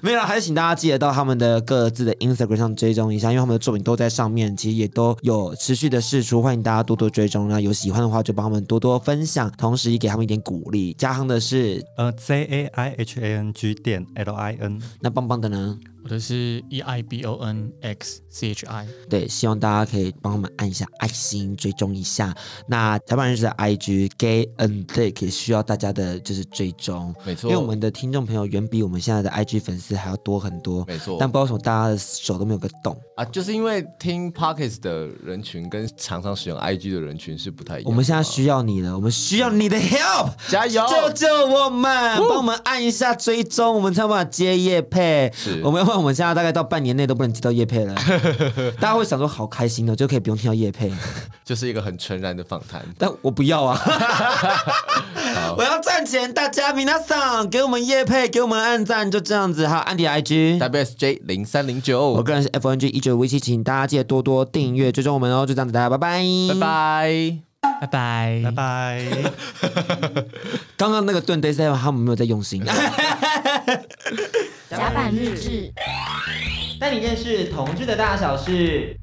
Speaker 2: 没有啦，还是请大家记得到他们的各自的 Instagram 上追踪一下，因为他们的作品都在上面，其实也都有持续的试出，欢迎大家多多追踪。那有喜欢的话，就帮他们多多分享，同时也给他们一点鼓励。嘉亨的是，
Speaker 3: 呃，J A I H A N G 点 L I N
Speaker 2: 那棒棒的呢？
Speaker 5: 我的是 E I B O N X C H I。
Speaker 2: 对，希望大家可以帮我们按一下爱心，追踪一下。那台湾人士的 IG Gay and Dick 也需要大家的就是追踪，
Speaker 4: 没错
Speaker 2: 因为我们的听众朋友远比我们现在的 IG 粉丝还要多很多，
Speaker 4: 没错
Speaker 2: 但不知道为什么大家的手都没有个洞。
Speaker 4: 啊，就是因为听 Pockets 的人群跟常常使用 IG 的人群是不太一样的嘛。
Speaker 2: 我们现在需要你了，我们需要你的 help，
Speaker 4: 加油
Speaker 2: 救救我们，帮我们按一下追踪，我们才有办法接叶配。
Speaker 4: 是
Speaker 2: 我们要我们现在大概到半年内都不能接到叶配 了，大家会想说好开心哦，就可以不用听到叶配，
Speaker 4: 就是一个很纯然的访谈。
Speaker 2: 但我不要啊，我要赚钱，大家皆さん给我们叶配，给我们按赞，就这样子，还有安迪的 IG。
Speaker 4: WSJ 零三零
Speaker 2: 我
Speaker 4: 九，
Speaker 2: 个人是 FNG 一九五七，请大家记得多多订阅追踪我们哦，就这样子，大家拜拜，
Speaker 4: 拜。拜。
Speaker 5: 拜拜，
Speaker 3: 拜拜。
Speaker 2: 刚刚那个盾 day 赛他们没有在用 心。
Speaker 6: 甲板日志。
Speaker 2: 带你认识同志的大小事。